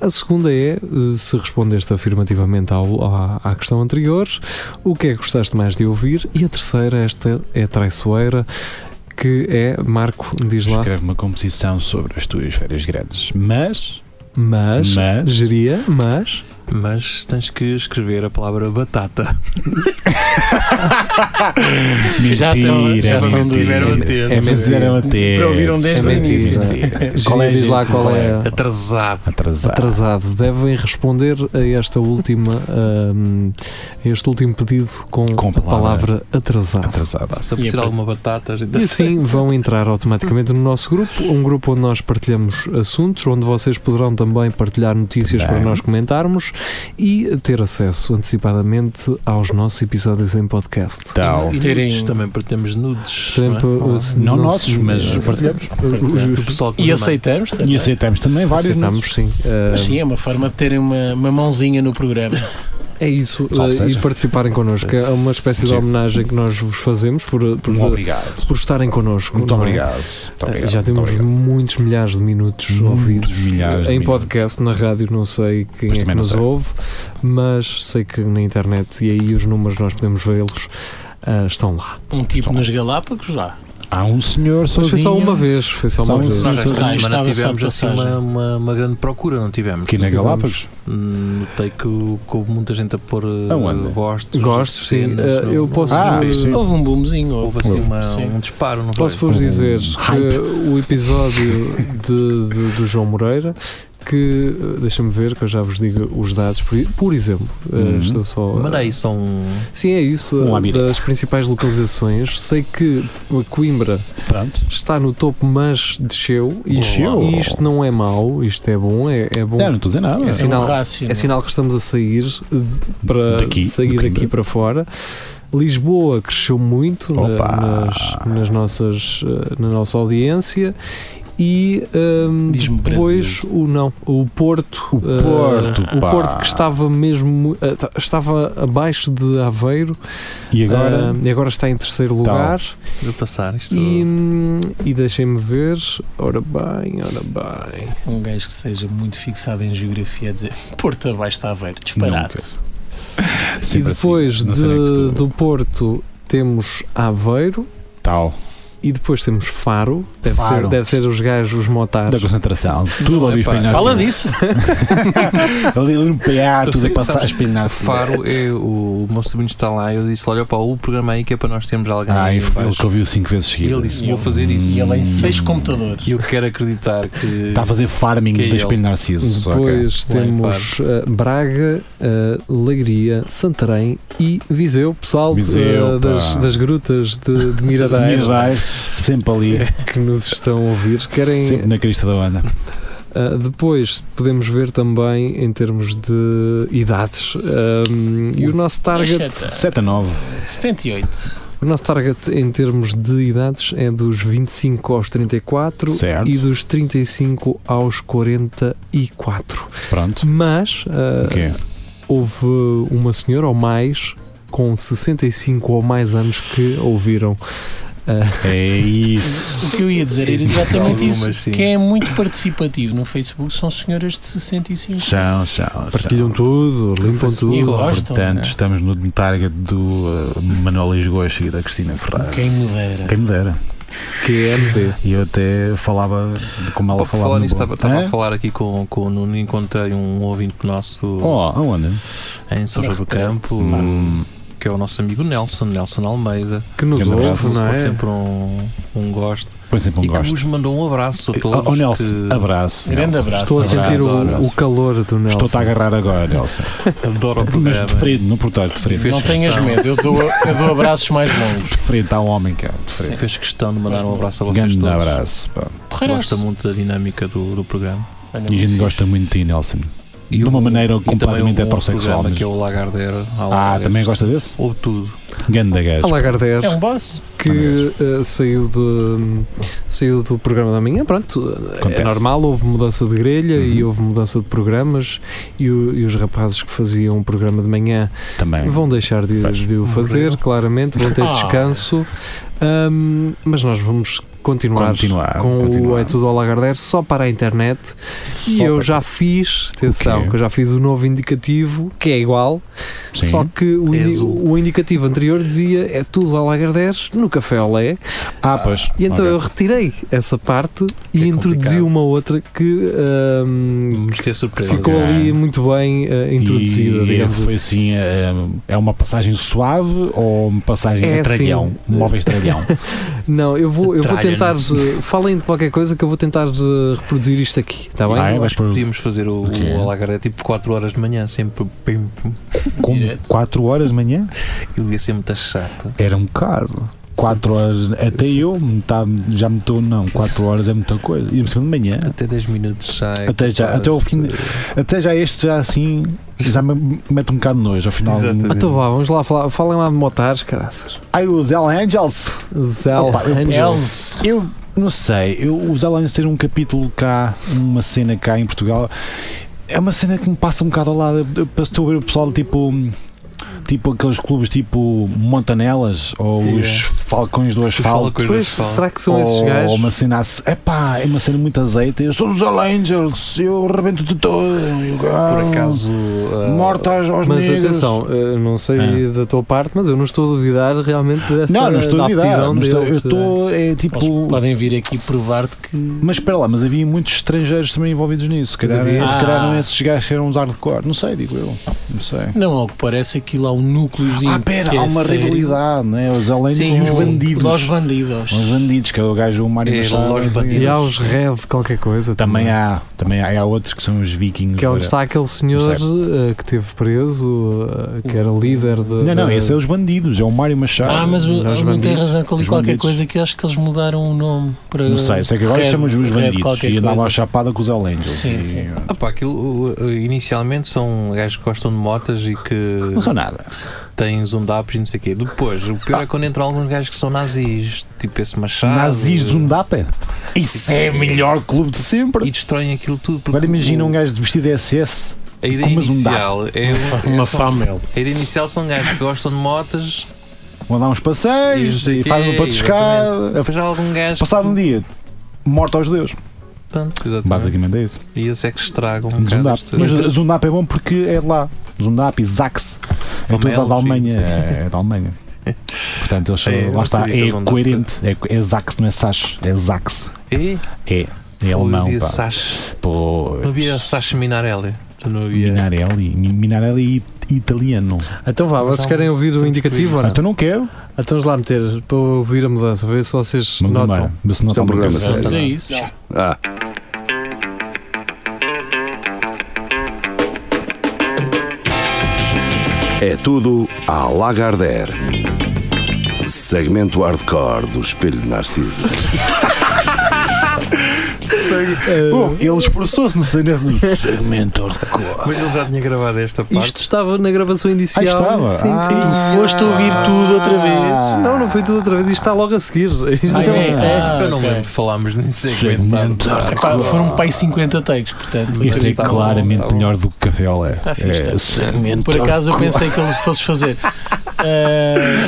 S2: A segunda é: eh, se respondeste afirmativamente ao- à, à questão anterior, o que é que gostaste mais de ouvir? E a terceira, esta é traiçoeira. Que é, Marco, diz lá,
S3: Escreve uma composição sobre as tuas férias grandes. Mas,
S2: mas,
S3: mas,
S2: geria, mas.
S5: Mas tens que escrever a palavra batata.
S3: mentira,
S4: Já são- já
S3: mentira.
S4: são
S5: Mas
S4: do-
S5: estiveram
S2: É
S5: atentos.
S3: Fizeram
S4: um
S2: mentira.
S3: até.
S6: Para ouviram desde
S2: É
S6: o início.
S2: mentira. Qual é, diz lá qual é.
S5: Atrasado.
S3: Atrasado.
S2: Atrasado. Devem responder a esta última, hum, a este último pedido com,
S3: Com
S2: a palavra, atrasado.
S3: Atrasado.
S5: Se aparecer
S4: E a-
S5: alguma batata, a gente
S2: E assim vão entrar automaticamente no nosso grupo, um grupo onde nós partilhamos assuntos, onde vocês poderão também partilhar notícias
S3: Bem.
S2: para nós comentarmos e ter acesso antecipadamente aos nossos episódios em podcast.
S3: Então,
S5: E
S4: Terem-
S5: nudes também, partilhamos nudes.
S2: Sempre,
S5: não é?
S2: uh, se-
S3: não
S2: se-
S3: nossos, mas
S2: eh,
S3: partilhamos.
S5: O pessoal que
S4: E
S5: manda-
S4: aceitamos também.
S3: E aceitamos também vários.
S2: Aceitamos, sim. Ah,
S4: Mas sim, é uma forma de terem uma, uma mãozinha no programa.
S2: É isso,
S3: Salve
S2: eh, e
S3: seja.
S2: participarem connosco. É uma espécie de
S3: Sim.
S2: homenagem que nós vos fazemos por, eh, por,
S3: Muito um obrigado.
S2: por estarem connosco.
S3: Muito
S2: não é?
S3: obrigado. Muito
S2: Eh,
S3: obrigado.
S2: Já temos
S3: muito
S2: muitos milhares de minutos
S3: obrigado.
S2: ouvidos.
S3: Muitos milhares de
S2: em
S3: minutos.
S2: podcast, na rádio, não sei quem
S3: Pois
S2: é que
S3: também não
S2: nos
S3: sei.
S2: ouve, mas sei que na internet e aí os números nós podemos vê-los. ah, estão lá.
S4: Um tipo nos Galápagos lá.
S3: Há um senhor
S2: Mas
S3: sozinho.
S2: foi só uma vez. Foi só
S3: Só
S2: uma
S3: um
S2: vez.
S3: senhor.
S5: Nós esta
S4: Ah,
S5: semana
S4: estava só
S5: tivemos
S4: de
S5: assim
S4: passagem.
S5: uma, uma, uma grande procura, não tivemos?
S3: Aqui na Galápagos.
S5: Hum, Notei que o- que houve muita gente a pôr eh,
S3: Aonde?
S5: gostos.
S2: Gosto, sim.
S5: cenas
S2: Eh,
S5: no-
S2: eu
S5: no-
S2: posso-
S3: Ah, sim.
S4: Houve um boomzinho.
S5: Houve assim uma-
S4: sim.
S5: um disparo, não foi?
S2: Posso vos dizer
S3: Um hype.
S2: que o episódio de, de- do João Moreira que, eh, deixa-me ver, que eu já vos digo os dados, por, por exemplo, eh,
S3: Uhum.
S2: estou só... eh,
S5: Mandei só um.
S2: Sim, é isso,
S3: Um
S2: eh,
S3: amigo.
S2: das principais localizações. Sei que a Coimbra
S3: Pronto.
S2: está no topo, mas desceu. E
S3: Desceu?
S2: e isto não é mau, isto é bom, é, é bom.
S3: Não, não estou a dizer nada.
S2: É
S4: É
S2: sinal-
S4: um rácio. não
S2: É sinal que estamos a sair de- para
S3: Daqui, né? de
S2: sair
S3: Coimbra.
S2: daqui para fora. Lisboa cresceu muito na-
S3: Opa!
S2: nas, nas nossas, eh, na nossa audiência e hum,
S4: Diz-me
S2: depois o não o Porto
S3: O
S2: eh,
S3: Porto,
S2: o
S3: pá.
S2: Porto que estava mesmo mu- eh, ta- estava abaixo de Aveiro
S3: E agora?
S2: eh, e agora está em terceiro lugar
S5: Vou passar isto. é
S2: e, hum, e deixem-me ver ora bem ora bem
S4: Um gajo que seja muito fixado em geografia a dizer Porto abaixo está a ver, disparate.
S2: e
S3: Sempre assim.
S2: depois
S3: Não
S2: de-
S3: sei onde é que estou.
S2: do Porto temos Aveiro
S3: Tal.
S2: e depois temos Faro. Deve,
S3: Faro.
S2: Ser, deve ser os gajos, os motares.
S3: Da concentração. Tudo ali os
S5: epá,
S3: penhascos.
S4: Fala nisso!
S3: Ali no PA,
S5: Eu
S3: tudo
S5: sei,
S3: a passar
S5: sabes,
S3: as penhascos.
S5: Faro, é o, o meu sobrinho está lá. Eu disse: Olha, pá, o programa aí que é para nós termos alguém.
S3: Ah,
S5: aí
S3: ele
S5: em baixo."
S3: que ouviu 5 vezes
S5: E ele
S3: seguidas.
S5: disse: Vou fazer isso.
S4: E ele é em
S3: Hum.
S4: seis computadores.
S5: E eu quero acreditar que.
S3: Está a fazer farming
S5: Que é
S3: de
S5: ele.
S3: espelho narciso. ok.
S2: Depois
S5: ok. Lá em
S2: temos eh, Braga, eh, Leiria, Santarém e Viseu, pessoal de-
S3: Viseu,
S2: eh, das,
S3: pá.
S2: das grutas de, de Miradais
S3: Miradais, sempre ali,
S2: que nos estão a ouvir.
S3: sempre
S2: Querem,
S3: na crista da banda.
S2: eh, depois podemos ver também em termos de idades. ehm, e o nosso target,
S4: Exceto
S3: 7 a 9.
S4: 78.
S2: o nosso target em termos de idades é dos 25 aos 34
S3: Certo.
S2: e dos 35 aos 44.
S3: Pronto.
S2: Mas ah,
S3: O quê?
S2: houve uma senhora ou mais com 65 ou mais anos que ouviram.
S3: É isso.
S4: O que eu ia dizer era
S5: Existe
S4: exatamente
S5: algumas,
S4: isso.
S5: sim.
S4: Quem é muito participativo no Facebook são senhoras de 65.
S3: Chão, chão,
S2: Partilham tudo, limpam
S3: assim.
S4: E
S2: tudo.
S4: gostam.
S3: Portanto,
S5: né?
S3: estamos no target do uh, Manuel Lisgocha e da Cristina Ferrari.
S4: é? Quem me dera.
S3: Quem me dera.
S2: QMD.
S3: E eu até falava de como ela
S5: Para
S3: falava.
S5: falar
S3: no
S5: nisso,
S3: bolo.
S5: estava, estava
S3: Hã?
S5: a falar aqui com, com o Nuno e encontrei um ouvinte nosso
S3: Oh, aonde?
S5: em São João do Campo,
S3: Hum,
S5: que é o nosso amigo Nelson, Nelson Almeida.
S2: Que nos
S3: Grande abraço.
S2: ouve, não
S5: Foi
S2: é?
S5: sempre um, um gosto.
S3: põe sempre um
S5: e que
S3: gosto.
S5: nos mandou um abraço a todos.
S3: Oh, oh, Nelson,
S5: que
S3: abraço.
S4: Grande
S3: Nelson.
S4: abraço.
S2: Estou a sentir
S3: Abraço,
S2: o,
S3: abraço.
S2: o calor do Nelson.
S3: Estou-te a agarrar agora, Nelson.
S5: adora o
S3: eh, Mas
S5: programa.
S3: de frente, no portátil, de frente.
S4: Não tenhas medo, eu dou, eu dou abraços mais longos.
S3: De frente ao homem, cara. De frente.
S5: Fez questão de mandar um abraço a vocês
S3: Grande
S5: todos.
S3: abraço. pá.
S5: Gosta muito da dinâmica do, do programa.
S4: Olha,
S3: E a gente
S4: muito
S3: gosta muito de ti, Nelson. de
S5: o-
S3: uma maneira
S5: e também
S3: completamente
S5: um outro
S3: heterossexual.
S5: programa
S3: mas-
S5: que é o Lagardeira. Há
S3: Ah,
S5: Lagardeira.
S3: também gosta desse?
S5: Ou tudo.
S3: Ganda
S2: A
S3: gajo.
S2: Lagardère,
S4: fixe. É um boss.
S2: que eh, saiu, de, saiu do programa da manhã, pronto,
S3: Acontece.
S2: é normal, houve mudança de grelha e
S3: Uhum.
S2: houve mudança de programas e, o- e os rapazes que faziam o programa de manhã
S3: Também.
S2: Vão deixar de,
S3: Pois.
S2: de o fazer, claramente, vão ter
S4: Ah.
S2: descanso, Ahm, mas nós vamos continuar,
S3: Continuar,
S2: com o
S3: continuar.
S2: É Tudo ao Lagardère só para a internet. e
S3: Só
S2: eu
S3: para-
S2: já fiz,
S3: O
S2: atenção,
S3: quê?
S2: que eu já fiz o novo indicativo, que é igual,
S3: Sim.
S2: só que o,
S5: É
S2: indi-
S5: azul.
S2: o indicativo anterior dizia É Tudo ao Lagardère no Café Olé,
S3: Ah, pois.
S2: e então
S3: Ok.
S2: eu retirei essa parte
S5: é
S2: e introduzi
S5: complicado.
S2: uma outra que. ahm,
S5: Vamos ter surpresa.
S2: Ficou
S3: Ok.
S2: ali muito bem ah, introduzida,
S3: E
S2: digamos
S3: foi assim, é, é uma passagem suave ou uma passagem
S2: É
S3: a tralhão? um
S2: assim.
S3: Móveis tralhão.
S2: Não, eu vou, eu vou
S5: Tralha,
S2: tentar.
S5: né?
S2: eh, falem de qualquer coisa que eu vou tentar eh, reproduzir isto aqui, está bem?
S3: Ah, é?
S5: Eu
S3: Mas
S5: acho que
S3: por-
S5: Tá podíamos fazer o,
S3: O quê?
S5: o Alagarda tipo 4 horas de manhã, sempre. Pim, pim.
S3: Com
S4: Direto.
S3: 4 horas de manhã?
S5: Ele ia ser muito chato.
S3: Era um bocado. 4 horas, até eu me tá- já me estou, não, 4 horas é muita coisa. E de manhã,
S5: Até 10 minutos já é.
S3: Até já, até ao fim de- até já este, já assim, já me mete um bocado de nojo. Afinal,
S5: Exatamente.
S2: Ah, então vá, vamos lá, falar, falem lá de motares, caraças.
S3: ai, os El Angels.
S2: Zell
S3: Opa, eu-
S2: Angel.
S4: Els.
S3: Eu não sei, eu, os Aliens ter um capítulo cá, uma cena cá em Portugal, é uma cena que me passa um bocado ao lado. Eu Estou a ver o pessoal tipo. Tipo aqueles clubes tipo Montanelas ou
S5: Sim,
S3: os
S5: é.
S3: Falcões do Asfalto.
S2: Pois, será que são esses
S3: ou
S2: gajos?
S3: uma cena assim, epá, é uma cena muito azeite. Eu sou dos All Angels, eu rebento-te todo. eu-
S5: Por acaso. ah,
S3: Morto aos, aos
S2: Mas
S3: negros.
S2: atenção, eh, não sei
S3: Ah.
S2: da tua parte, mas eu não estou a duvidar realmente dessa
S3: Não, não estou
S2: da
S3: a duvidar.
S2: aptidão
S3: não estou- Eu
S2: deles, né?
S3: estou, é tipo.
S4: Eles podem vir aqui provar-te que.
S3: Mas espera lá, mas havia muitos estrangeiros também envolvidos nisso. Se calhar,
S2: havia.
S3: se
S4: Ah.
S3: calhar não esses gajos que eram uns hardcore. Não sei, digo eu. Não sei.
S4: Não, ao que parece, aquilo há um um núcleozinho.
S3: Ah, pera,
S4: que é
S3: há uma
S4: sério.
S3: rivalidade, não é? Os helenos e
S4: Sim,
S3: os
S4: o-
S3: bandidos.
S4: Los bandidos.
S3: Os bandidos, que é o gajo, o Mário
S5: É,
S3: Machado.
S5: Los
S2: eh, E
S5: Bandidos.
S2: há os Red qualquer coisa
S3: Também há, também há, há outros que são os vikings.
S2: Que é onde
S3: olha.
S2: está aquele senhor eh, que teve preso, eh, que era líder de.
S3: Não, não,
S2: de-
S3: esse é os bandidos, é o Mário Machado.
S4: Ah, mas o-
S2: Los
S4: não tem
S2: Bandidos.
S4: razão que eu li
S3: Os
S4: qualquer
S3: Bandidos.
S4: coisa que eu acho que eles mudaram o nome para.
S3: Não sei, sei que agora
S4: Red-
S3: chamam-os os
S4: Red
S3: bandidos.
S4: qualquer
S3: E andava
S4: coisa.
S3: à chapada com os Alangels.
S4: Sim,
S3: e-
S4: sim.
S5: Ah pá, aquilo uh, uh, inicialmente são gajos que gostam de motas e que
S3: Não são nada.
S5: têm zundapos um e não sei o quê. Depois, o
S3: Ah.
S5: pior é quando entram alguns gajos que são nazis, tipo esse machado.
S3: Nazis de Zundapa? Isso é o melhor clube de
S5: E
S3: sempre.
S5: destroem aquilo tudo. Porque
S3: Agora imagina
S5: o-
S3: um gajo de vestido SS.
S5: a ideia
S3: com uma
S5: inicial é um-
S4: Uma
S5: são-
S3: Tá
S4: famel.
S5: A ideia inicial são gajos que gostam de motas,
S3: Vão dar uns
S5: E não
S3: passeios
S5: sei
S3: e
S5: quê,
S3: fazem um pato de escada.
S5: depois há algum gajo.
S3: Passado um dia, morto aos deuses.
S5: Portanto, exatamente.
S3: Basicamente é isso.
S5: E esses é que estragam um bocado
S3: Zundap.
S5: as
S3: Mas
S5: coisas.
S3: Zundap é bom porque é de lá. Zundap e Zax. É
S5: Famelos,
S3: tudo da Alemanha.
S5: sim,
S3: É, é da Alemanha. Portanto, eles são,
S5: É, eu
S3: lá está.
S5: sabia que
S3: É
S5: eles vão dar-
S3: coerente. É, é Zax, não é Sash. É Zax.
S5: E
S3: É. É alemão.
S5: havia
S3: Pá.
S5: Sash.
S3: Pô.
S5: Não havia Sash Minarelli. Tu não havia.
S3: Minarelli. Mi- Minarelli e italiano.
S2: Então vá, vocês
S5: Então,
S2: querem ouvir o
S5: temos
S2: indicativo
S5: que
S2: ou
S5: ir.
S2: não?
S3: Então não quero.
S2: Então vamos lá meter para ouvir a mudança, ver se vocês
S3: Vamos
S2: notam.
S3: embora. Mas se não
S1: Isto é um
S3: está
S1: programa
S3: uma coisa-
S1: sério.
S4: Mas é isso.
S1: Ah, é tudo a Lagardère. Segmento hardcore do Espelho de Narciso.
S3: Oh, ele esforçou-se no segmento hardcore.
S5: Mas ele já tinha gravado esta parte.
S2: Isto estava na gravação inicial.
S3: Ah, estava?
S2: Sim, sim.
S3: Ah.
S4: Tu foste ouvir tudo outra vez.
S2: Não, não foi tudo outra vez. Isto está logo a seguir. Isto
S4: Ah,
S2: não-
S4: é? Ah,
S5: eu não
S4: ok.
S5: lembro de falarmos nisso.
S3: Segmento hardcore.
S4: Pá, foram para aí 50 takes, portanto.
S3: Este é
S5: Tá bom,
S3: claramente
S5: tá bom.
S3: melhor do que café ao lé.
S4: Tá fixe, tá
S3: É, segmento
S4: Por acaso eu pensei que eles fosses fazer. Ah,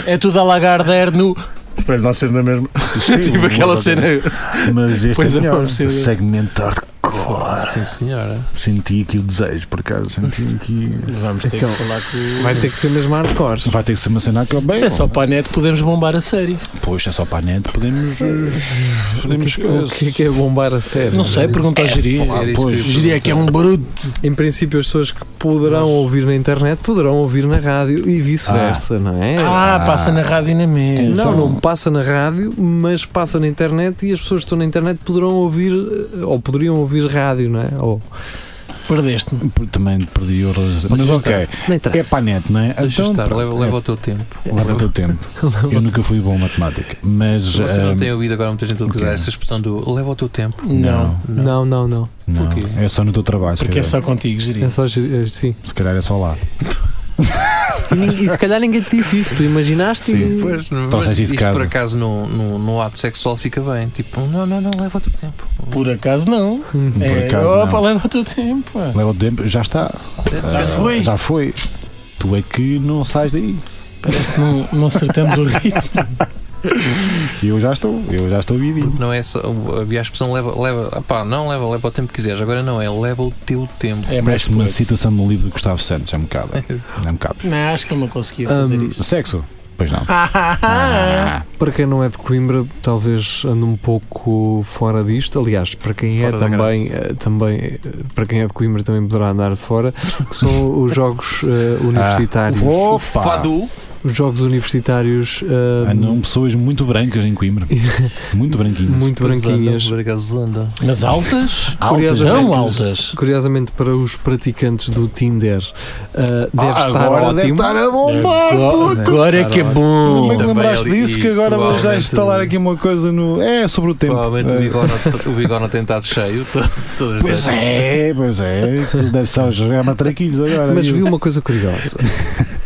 S4: é tudo a lagarder no. Espero não ser na mesma.
S3: Sim,
S4: Tipo aquela
S3: mas-
S4: cena.
S3: Mas este
S4: Pois
S3: é
S4: é,
S3: melhor.
S4: sim.
S3: Segmento hardcore.
S5: Sim, senhora.
S3: Senti aqui o desejo, por acaso. Senti aqui.
S4: Vamos ter que falar com.
S2: Vai ter que ser mesmo hardcore.
S3: Vai ter que ser uma cena que eu bem.
S4: Se é só para a net, podemos bombar a série.
S3: Pois, é só para a net. Podemos. eh, Podemos.
S2: O que é que é bombar a sério?
S4: Não sei, pergunta ao Geria.
S5: Era isso
S3: pois.
S5: que eu ia
S4: Geria que é um bruto.
S2: Em princípio, as pessoas que poderão ouvir na internet poderão ouvir na rádio e vice-versa, não é?
S4: Ah, passa na rádio e na mesa.
S2: Não, não passa na rádio, mas passa na internet e as pessoas que estão na internet poderão ouvir, eh, ou poderiam ouvir rádio, não é? Ou,
S4: Perdeste-me.
S3: é Também perdi euros. Mas ok.
S2: não
S3: É
S2: interessa.
S3: para a net, não é?
S5: Deixa
S3: Então,
S5: estar,
S3: pronto,
S5: leva,
S3: é,
S5: leva o teu tempo.
S3: leva o teu tempo. Eu nunca fui bom em matemática. Mas.
S5: Vocês
S3: eh,
S5: não têm ouvido agora muita gente a
S3: ok.
S5: usar esta expressão do leva o teu tempo.
S4: Não.
S2: Não, não, não.
S3: Não,
S5: Porquê?
S3: é só no teu trabalho.
S4: Porque é
S3: se, calhar.
S4: só contigo, Geria.
S2: É só. eh, Sim.
S3: se calhar é só lá.
S2: E, nin- e se calhar ninguém te disse isso, tu imaginaste
S3: Sim.
S2: e-
S5: Pois,
S3: Então,
S5: mas
S3: sai-se de
S5: isto
S3: casa.
S5: por acaso no, no, no ato sexual fica bem. Tipo, não, não, não, leva o teu tempo.
S4: Por acaso não.
S2: Hum.
S3: Por
S4: É,
S3: acaso
S4: opa,
S3: não.
S4: leva o teu tempo. pá.
S3: Leva o tempo, já está.
S4: Já foi.
S3: Ah, Já foi. Tu é que não sais daí.
S4: Parece que não, não acertamos o ritmo.
S3: Eu já estou, eu já estou vidinho.
S5: Porque não é só. Havia a expressão leva, leva. ah pá, não leva, leva o tempo que quiseres. Agora não, é leva o teu tempo.
S4: É mais
S3: Parece uma
S4: poeta.
S3: situação do livro de Gustavo Santos, é um bocado. É um bocado.
S4: Não, acho que ele não conseguia fazer
S2: Hum.
S4: isso.
S3: Sexo? Pois não. Ah,
S2: Para quem não é de Coimbra, talvez ande um pouco fora disto. Aliás, para quem
S5: Fora
S2: é
S5: da
S2: também, eh, também eh, para quem é de Coimbra também poderá andar fora, que são os jogos eh,
S3: Ah.
S2: universitários.
S3: Opa!
S5: Fado!
S2: Os jogos universitários eh,
S3: Andam pessoas muito brancas em Coimbra. Muito branquinhas.
S2: muito branquinhas.
S5: Bragazanda.
S4: Mas altas?
S3: Altas,
S4: Não
S3: brancas.
S4: altas.
S2: Curiosamente, para os praticantes do Tinder, eh, deve
S3: Ah,
S2: estar
S3: agora
S2: ótimo.
S3: deve estar a bombar,
S4: Agora,
S3: puto.
S4: agora é que é
S3: Como
S4: bom.
S3: é que
S5: Também
S3: lembraste
S5: ali-
S3: disso? Que
S5: e
S3: agora vou já
S5: provavelmente-
S3: instalar aqui uma coisa no. É, sobre o tempo.
S5: Provavelmente o bigorna- o bigorna tem estado cheio. to- Todas as
S3: Pois
S5: vezes.
S3: é, pois é. Aquilo Deve ser os ramatraquilhos agora.
S2: Mas
S3: E-
S2: vi uma coisa curiosa é.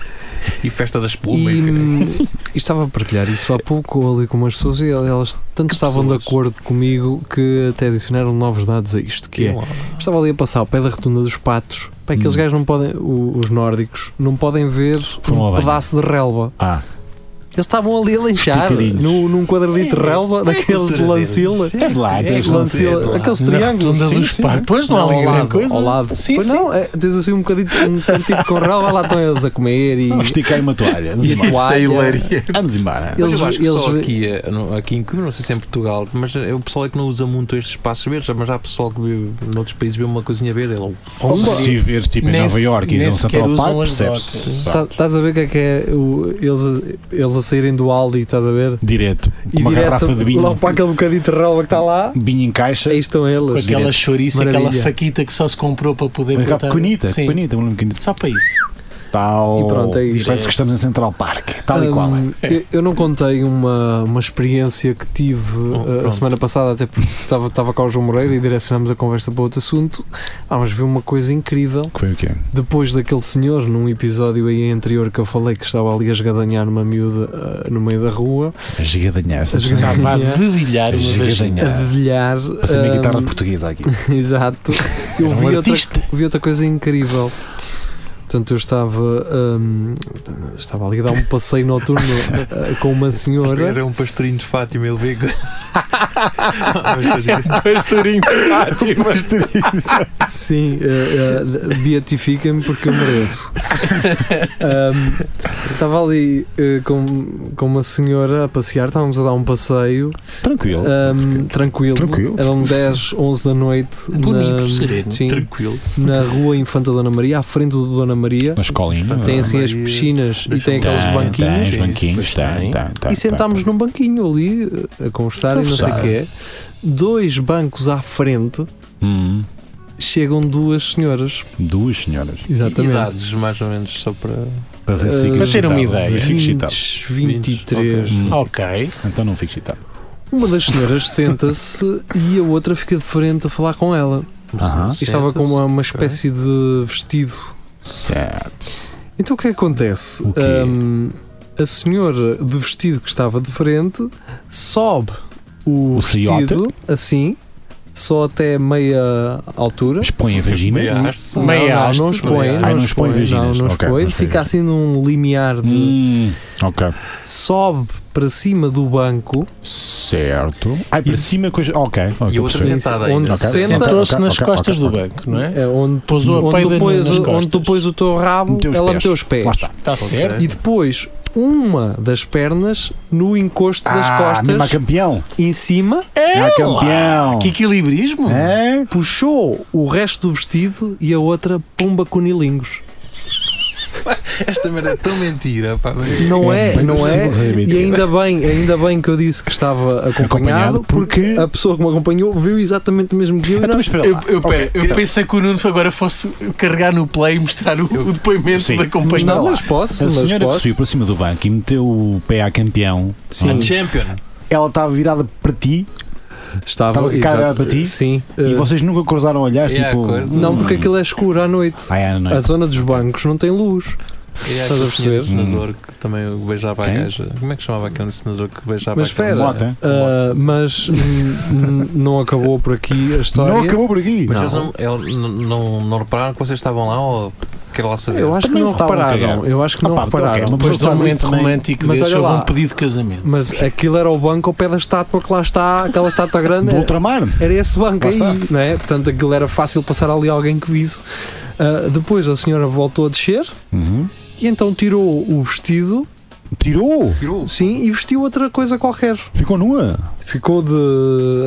S5: E festa da espuma.
S2: e,
S5: E, caralho.
S2: hum, e estava a partilhar isso há pouco ali com umas pessoas e elas tanto estavam
S5: pessoas?
S2: de acordo comigo que até adicionaram novos dados a isto, que é Estava ali a passar ao pé da retunda dos patos. Pá, aqueles
S3: Hum.
S2: gajos não podem, o- os nórdicos, não podem ver
S3: Foram ao
S2: um
S3: banho.
S2: pedaço de relva.
S3: Ah,
S2: Eles estavam ali a lanchar
S3: Esticadinhos.
S2: num, num quadradinho de relva, daqueles de lancila.
S3: É de lá, tens
S2: lancila,
S3: lancila.
S2: aqueles
S4: Na
S2: triângulos.
S4: rotunda
S2: sim,
S4: dos
S2: sim.
S4: parques. Pois não há ali
S2: ao
S4: grande
S2: lado,
S4: coisa.
S2: Ao lado.
S4: Sim,
S2: pois
S4: sim.
S2: não, é, tens assim um bocadinho um cantinho com relva, lá estão eles a comer e.
S3: Não, estiquei uma toalha. Vamos
S2: E a
S3: embora.
S5: Isso
S2: toalha.
S5: é hilaria.
S3: Vamos embora.
S2: Eles-
S5: Mas eu acho que
S2: eles-
S5: só aqui, eh, no- aqui em Coimbra, não sei se é em Portugal, mas eh, o pessoal é que não usa muito estes espaços verdes, mas há pessoal que vive noutros países vê uma coisinha verde. é Ele,
S3: Se veres tipo em
S4: Nem
S3: Nova
S4: se-
S3: York e
S4: nem
S3: em
S4: sequer
S3: Central
S4: usam
S3: Park,
S4: as
S3: percebes?
S4: docas.
S2: Tá- Estás a ver o que é que é o- eles, a- eles a saírem do Aldi, estás a ver?
S3: Direto.
S2: E
S3: Uma
S2: direto
S3: garrafa de vinho.
S2: logo para aquele bocadinho de relva que está lá,
S3: Vinho em caixa.
S2: aí estão
S4: Com
S2: eles.
S4: aquela
S3: Direto.
S4: chouriça, aquela
S2: Maravilha.
S4: faquita que só se comprou para poder
S3: Uma garrafa
S4: cortar-
S3: pequenita,
S4: Sim,
S3: pequenita, um pequenito.
S4: Só para isso.
S3: Tal.
S2: E pronto, é isso.
S3: Parece que estamos em Central Park, tal e qual. é.
S2: Hum, eu, eu não contei uma, uma experiência que tive uh, a
S5: pronto.
S2: semana passada, até porque estava, estava cá o João Moreira e direcionámos a conversa para outro assunto. Ah, mas vi uma coisa incrível.
S3: Que foi o quê?
S2: Depois daquele senhor, num episódio aí anterior que eu falei que estava ali a esgadanhar numa miúda uh, no meio da rua,
S3: A gigadanhar.
S2: a
S4: Estava a
S2: esgadanhar,
S4: dedilhar
S3: A
S4: uma vez.
S2: a
S3: gigadanhar.
S2: dedilhar.
S3: Passei a minha
S2: hum,
S3: guitarra um portuguesa aqui.
S2: Exato. Eu vi outra, vi outra coisa incrível. Portanto, eu estava, hum, estava ali a dar um passeio noturno eh, com uma senhora.
S5: um pastorinho de Fátima, ele veio.
S4: Pastorinho de Fátima.
S2: Sim, eh, eh, beatifica-me porque eu mereço. Ahm, estava ali eh, com, com uma senhora a passear, estávamos a dar um passeio,
S3: Tranquilo.
S2: Hum. ahm, tranquilo.
S3: Tranquilo.
S2: Eram 10, 11 da noite
S4: É Bonito,
S2: na,
S4: sereno,
S2: sim,
S5: Tranquilo.
S2: na rua Infanta Dona Maria, à frente do Dona Maria.
S3: Na escolinha.
S2: Tem assim as
S5: Maria,
S2: piscinas e
S5: deixa
S2: tem
S5: eu-
S2: aqueles
S5: Tem,
S2: banquinhos.
S3: Tem, os banquinhos,
S5: Pois tem.
S3: tem, tem, tem,
S2: E sentámos
S3: tem.
S2: num banquinho ali eh, a conversar e não sei o que é. Dois bancos à frente
S3: Hum,
S2: chegam duas senhoras.
S3: duas senhoras.
S2: Exatamente.
S5: Idades, mais ou menos, só para.
S3: Para ver se
S2: Eh,
S3: fica
S2: para
S4: ter uma
S3: excitado.
S4: ideia.
S3: Eu Fico excitado.
S2: 20, 23.
S5: ok.
S3: Hum,
S4: Ok.
S3: Então não fico excitado.
S2: Uma das senhoras senta-se e a outra fica de frente a falar com ela.
S3: Aham.
S2: E estava com uma, uma espécie de vestido.
S3: Certo.
S2: Então o que é que acontece?
S3: O quê?
S2: Ahm, a senhora de vestido que estava de frente sobe o,
S3: O
S2: vestido assim, só até meia altura.
S3: Expõe a vagina.
S5: Meias.
S4: Meia
S2: não,
S4: haste,
S2: não, não expõe,
S5: meia
S3: haste. Ah, não expõe vaginas.
S2: Não, não
S3: Ok,
S2: expõe,
S3: não expõe
S2: fica assim num limiar de.
S3: Hum, ok.
S2: Sobe para cima do banco,
S3: Certo. Ai, para cima coisa. Ok. ok,
S5: E a outra
S3: percebo.
S5: sentada
S2: onde
S5: ainda.
S3: Ok,
S2: senta-
S3: ok,
S4: Sentou-se
S3: ok,
S4: Então, nas
S3: ok,
S4: costas
S3: ok,
S4: do
S3: ok.
S4: banco, não é?
S2: é onde,
S4: Pousou a
S2: onde,
S4: peida
S2: tu pões,
S4: nas
S2: o-
S4: costas.
S2: onde tu pões o teu rabo,
S3: Meteu os
S2: ela
S3: pés.
S2: meteu os pés.
S3: Lá está.
S4: Está certo.
S2: E depois, uma das pernas no encosto das
S3: Ah,
S2: costas,
S3: mesmo a campeão.
S2: em cima,
S4: É
S3: Ah,
S4: lá.
S3: campeão.
S4: Que equilibrismo.
S3: É?
S2: puxou o resto do vestido e a outra, pumba conilingos.
S5: Esta merda é tão mentira, pá.
S2: Não é,
S3: bem
S2: não é?
S3: possível, realmente.
S2: E ainda bem, ainda bem que eu disse que estava acompanhado,
S3: Acompanhado porque.
S2: porque a pessoa que me acompanhou viu exatamente o mesmo que eu. e
S3: Então
S2: não-
S3: espera
S4: Eu,
S3: lá.
S4: eu,
S3: Ok.
S4: pera, eu pensei que o Nuno agora fosse carregar no play e mostrar o, o depoimento
S3: Sim.
S4: da companhia.
S2: Não,
S3: lá.
S2: mas posso,
S3: A
S2: mas
S3: senhora que
S2: posso.
S3: subiu para cima do banco e meteu o pé à campeão,
S2: Sim,
S5: Champion.
S3: ela estava virada para ti
S2: estava
S3: Estava carregado
S2: exato,
S3: para ti?
S2: Sim.
S3: e
S2: Eh,
S3: vocês nunca cruzaram olhares,
S5: É a
S3: tipo.
S5: coisa.
S2: Não, porque aquilo é escuro à noite.
S3: Ai, ai, não é.
S2: A zona dos bancos não tem luz.
S5: E há
S2: Estás a
S5: aquele senhor
S2: perceber?
S5: senador que também beijava
S3: Quem?
S5: a gaja. Como é que chamava aquele senador que beijava
S2: Mas
S5: aquela
S2: espera.
S5: gaja?
S3: Mota.
S2: Ah, mas hum, hum, não acabou por aqui a história.
S3: Não acabou por aqui.
S5: Mas eles não, ele- não, não, não repararam que vocês estavam lá ou quero lá saber?
S2: Eu acho
S3: Também
S2: que não
S3: estavam a
S2: repararam.
S3: cagar.
S2: Eu acho que não
S3: Opa, então, ok,
S2: repararam.
S3: uma
S4: Depois
S3: pessoa
S4: de um
S3: faz
S4: momento
S3: isso também.
S4: romântico
S2: Mas
S4: desse,
S2: olha
S4: houve
S2: lá.
S4: um pedido de casamento.
S2: Mas aquilo era o banco ao pé da estátua que lá está, aquela estátua grande.
S3: Do ultramar.
S2: Era esse banco
S3: Lá
S2: aí,
S3: está.
S2: não é? Portanto, aquilo era fácil passar ali alguém que visse. Ah, depois a senhora voltou a descer
S3: Uhum.
S2: e então tirou o vestido,
S3: Tirou.
S2: sim, e vestiu outra coisa qualquer.
S3: Ficou nua.
S2: Ficou de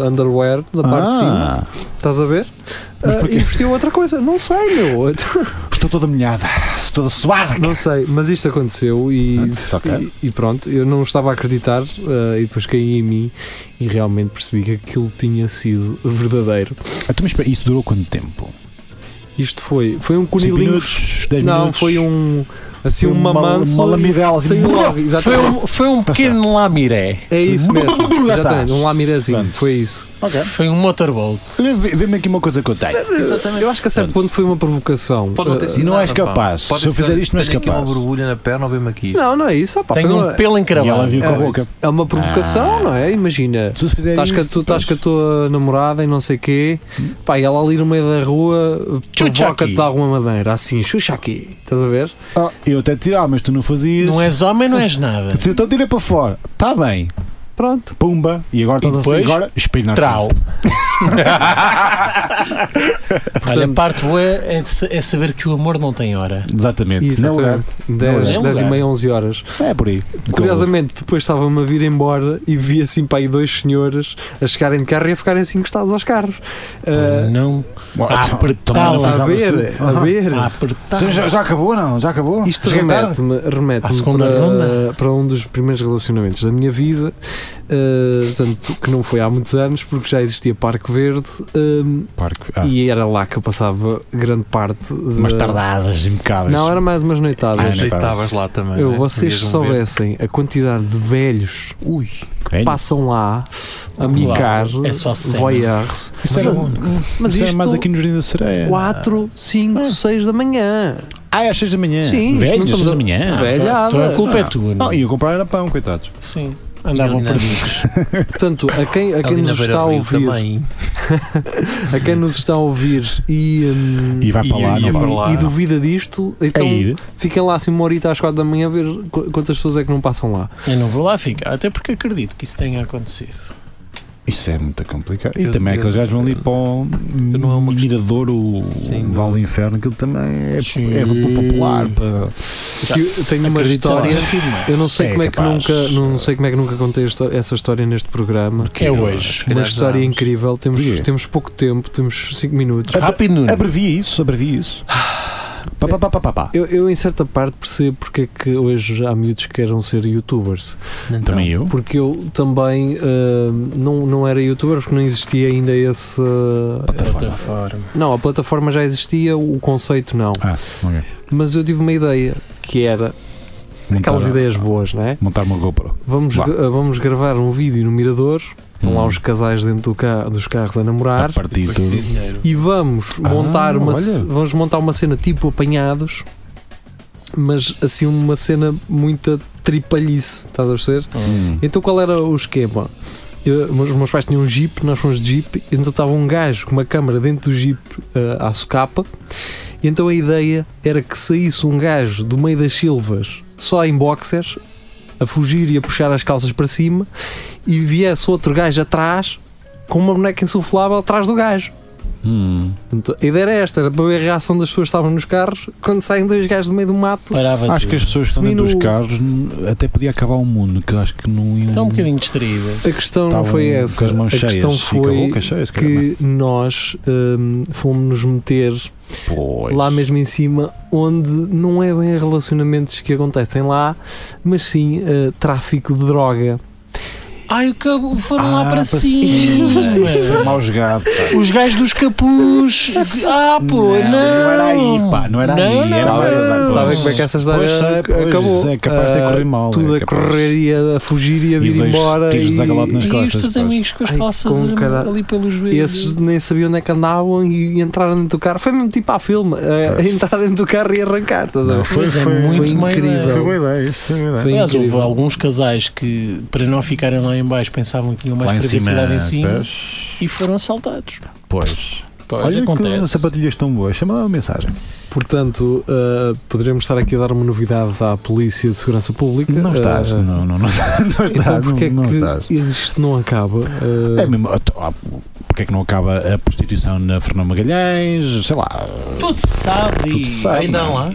S2: underwear da parte de cima,
S3: Ah,
S2: estás a ver?
S3: Mas
S2: Ah,
S3: porquê?
S2: e vestiu outra coisa, não sei, meu.
S3: estou toda molhada. Estou toda suada.
S2: Não sei, mas isto aconteceu e,
S3: Ah, ok.
S2: e, e pronto, eu não estava a acreditar eh, e depois caí em mim e realmente percebi que aquilo tinha sido verdadeiro.
S3: Então, mas espera, isso durou quanto tempo?
S2: Isto foi, foi um
S3: Cinco
S2: cunilinho.
S3: minutos, 10
S2: Não,
S3: minutos.
S2: foi um assim
S3: Foi
S2: uma
S3: uma-
S2: manso
S3: uma
S2: e
S3: lamidelzinho.
S2: saiu logo,
S4: Foi
S2: exatamente.
S4: um, foi um pequeno lamiré.
S2: É isso mesmo.
S3: Lá está.
S2: Exatamente, um lamirezinho,
S3: Pronto.
S2: foi isso.
S3: Ok.
S4: Foi um motorboat.
S3: Olha, vê- Vê-me aqui uma coisa que eu tenho.
S2: Eu acho que a certo ponto foi uma provocação.
S5: Pode não ter
S2: Eh,
S5: sido
S3: não
S5: nada,
S3: és
S5: pá.
S3: capaz.
S5: Pode
S3: Se eu
S5: ser,
S3: fizer isto, não és
S5: tenho aqui
S3: capaz.
S5: uma borbulha na perna ou vem-me aqui?
S2: Não, não é isso, opá,
S4: Tenho
S2: foi
S4: um
S2: uma-
S4: pelo
S3: E ela
S4: encravado.
S3: viu com a
S2: É,
S3: boca.
S2: é uma provocação,
S3: Ah.
S2: não é? Imagina.
S3: Se eu fizer
S2: Estás com, a,
S3: isto,
S2: tu, estás com a tua namorada e não sei quê, pá, e ela ali no meio da rua
S4: Chucha
S2: provoca-te
S4: aqui.
S2: de alguma maneira, assim, xuxa aqui, estás a ver?
S3: Ah, Eu até te ah, mas tu não fazias.
S4: Não
S2: é-
S4: és homem, não és nada.
S3: Se então tira para fora. Está bem. Pronto. Pumba. E agora
S4: E
S3: estás assim,
S4: depois,
S3: agora espelho
S4: Trau.
S3: narciso.
S4: Olha, a parte boa é, de sa- é saber que o amor não tem hora.
S3: Exatamente. Não é?
S2: Exatamente.
S3: Não
S4: é
S2: 10,
S4: um
S2: 10 e
S4: lugar.
S2: meia, 11 horas.
S3: É por aí.
S2: Curiosamente, depois estava-me a vir embora e vi assim para aí dois senhores a chegarem de carro e a ficarem assim encostados aos carros. Ah, Tá
S4: Não
S3: Ah, então-
S4: apertá-la.
S3: também não
S2: a
S3: ficavas
S2: ver,
S3: tu.
S2: a
S3: Aham.
S2: ver.
S4: a apertar.
S3: Então já, já acabou, não? Já acabou?
S2: Isto
S3: Cheguei tarde?
S2: remete-me remete
S4: À segunda
S2: para,
S4: ronda?
S2: para um dos primeiros relacionamentos da minha vida, eh, portanto, que não foi há muitos anos, porque já existia Parque Verde ehm,
S3: Parque. Ah,
S2: e era lá que eu passava grande parte. De...
S3: Umas tardadas impecáveis.
S2: Não, era mais umas
S3: Ah,
S2: noitadas.
S3: não. é?
S5: Ajeitavas lá também.
S2: eu,
S5: né?
S2: vocês
S5: Podias-me ver.
S2: soubessem a quantidade de velhos
S3: Bem,
S2: passam lá a micar
S4: é só cena.
S2: voyeurs.
S3: Isso era, é?
S2: Mas
S3: isso era
S2: isto-
S3: mais aqui no Jardim da Sereia.
S2: 4, 5, 6 da manhã.
S3: Ah, é às 6 da manhã.
S2: Sim, isto não
S3: Velho, às 6
S2: estamos
S3: da
S2: a-
S3: manhã.
S2: Velha.
S4: Então a culpa é
S3: Ah.
S4: tua, não?
S3: Não, ia comprar era pão, coitados.
S4: Sim. Andavam
S5: Ali na-
S4: perdidos.
S2: Portanto, a quem, a
S5: Ali
S2: quem
S5: na
S2: nos
S5: beira
S2: está a
S5: do rio
S2: ouvir,
S5: também.
S2: a quem nos está a ouvir e, hum,
S3: E vai para
S5: E-
S3: lá,
S5: e-
S3: não
S5: e-
S3: vai.
S5: lá.
S2: e duvida disto, então
S3: É ir.
S2: fiquem lá assim uma horita às 4 da manhã a ver qu- quantas pessoas é que não passam lá.
S4: Eu não vou lá ficar, até porque acredito que isso tenha acontecido.
S3: Isso é muito complicado. E
S5: Eu-
S3: também
S5: eu-
S3: aqueles gajos vão ali para o
S5: não é uma questão-
S3: Mirador, o
S5: Sim,
S3: Vale do Inferno, aquilo também é,
S4: Sim.
S3: é para popular. Para...
S2: Que eu tenho uma
S4: Acredito que
S2: história.
S4: tenha sido, não é?
S2: Eu não sei
S3: É
S2: como é que
S3: capaz.
S2: nunca, não sei como é que nunca contei histó- essa história neste programa.
S4: Que é hoje.
S2: Uma
S5: calhar já
S2: história
S5: há uns-
S2: incrível.
S3: Porquê?
S2: Temos, temos pouco tempo, temos 5 minutos.
S4: Rápido, Nuno.
S3: Abrevia isso, abrevia isso. Pá, pá, pá, pá, pá, pá.
S2: Eu, eu, em certa parte percebo porque é que hoje há miúdos que queiram ser youtubers.
S5: Então,
S3: Também eu.
S2: Porque eu também ah, não, não era youtuber porque não existia ainda esse. ah,
S3: tá
S4: Outra forma.
S2: Não, a plataforma já existia, o conceito não.
S3: Ah, ok.
S2: Mas eu tive uma ideia que era aquelas
S3: Montar-
S2: ideias boas, não é?
S3: Montar uma GoPro.
S2: Vamos,
S3: Então. Vá.
S2: gra- vamos gravar um vídeo no Mirador, estão lá uns casais dentro do ca- dos carros a namorar.
S3: A partir de
S5: é
S3: tudo.
S2: E vamos montar uma
S3: Ah, olha.
S2: ce- vamos montar uma cena tipo apanhados, mas assim uma cena muita tripalhice, estás a perceber?
S3: Hum.
S2: Então qual era o esquema? Eu- meus- os meus pais tinham um jeep, nós fomos de jeep, então estava um gajo com uma câmara dentro do jeep eh, à socapa, e então a ideia era que saísse um gajo do meio das silvas, só em boxers, a fugir e a puxar as calças para cima, e viesse outro gajo atrás, com uma boneca insuflável atrás do gajo.
S3: Hum.
S2: Então, a ideia era esta, era para ver a reação das pessoas que estavam nos carros, quando saem dois gajos do meio do mato,
S4: Parava
S3: Acho que as pessoas que estão
S2: Subi
S3: dentro dos
S2: no-
S3: carros n- até podia acabar o mundo, que eu acho que não iam.
S4: Estão um bocadinho distraídas.
S2: a questão
S3: estavam
S2: não foi
S3: Com
S2: essa.
S3: as mãos
S2: a
S3: cheias.
S2: questão
S3: e com a
S2: foi
S3: boca cheia, se calhar, é?
S2: que nós hum, fomos nos meter
S3: não. Pois.
S2: lá mesmo em cima, onde não é bem relacionamentos que acontecem lá, mas sim eh, tráfico de droga.
S4: Ai, o cabo, foram
S3: Ah,
S4: lá para,
S3: para
S4: cima.
S3: Isso foi mau jogado. pá.
S4: Os gajos dos capuz. Ah, pô, não.
S3: Não, não era aí, pá, não era
S4: Não,
S3: aí,
S4: não,
S3: era mais-
S4: não.
S2: Sabem
S3: Pois.
S2: como é que essa história
S3: Pois sei, pois,
S2: acabou?
S3: é capaz de ter
S2: Ah,
S3: corrido mal,
S2: Tudo
S3: é
S2: a
S3: capaz.
S2: correr e a, a fugir e a vir
S3: E dois
S2: embora.
S3: tiros a galope nas
S2: E
S4: E os
S3: costas,
S4: teus
S3: pois.
S4: amigos com as
S2: Ai,
S4: calças
S2: com cara-
S4: ali pelos joelhos.
S2: esses nem sabiam onde é que andavam e entraram dentro do carro. Foi mesmo tipo a filme: a entrar dentro do carro e arrancar. Estás a ver?
S3: Não, foi-
S4: Pois é,
S3: foi-
S4: muito
S2: foi
S4: má
S2: incrível.
S4: ideia.
S2: Foi
S3: boa ideia, isso foi uma
S2: Foi
S4: Aliás, houve
S2: incrível.
S4: alguns casais que, para não ficarem lá em baixo, pensavam que tinham mais privacidade em cima
S3: pois.
S4: e foram assaltados.
S3: Pois.
S4: Pois,
S3: Olha que
S4: acontece.
S3: sapatilhas tão boas, chama lá uma mensagem.
S2: Portanto, eh, poderíamos estar aqui a dar uma novidade à Polícia de Segurança Pública.
S3: Não estás,
S2: Eh,
S3: não, não, não, não estás,
S2: Então porque é
S3: não, não
S2: que
S3: estás.
S2: isto não acaba? Eh,
S3: É mesmo, então, ah, porque é que não acaba a prostituição na Fernão Magalhães? Sei lá.
S4: Tudo se sabe.
S3: Tudo se sabe,
S4: Ainda
S3: não é?
S4: lá.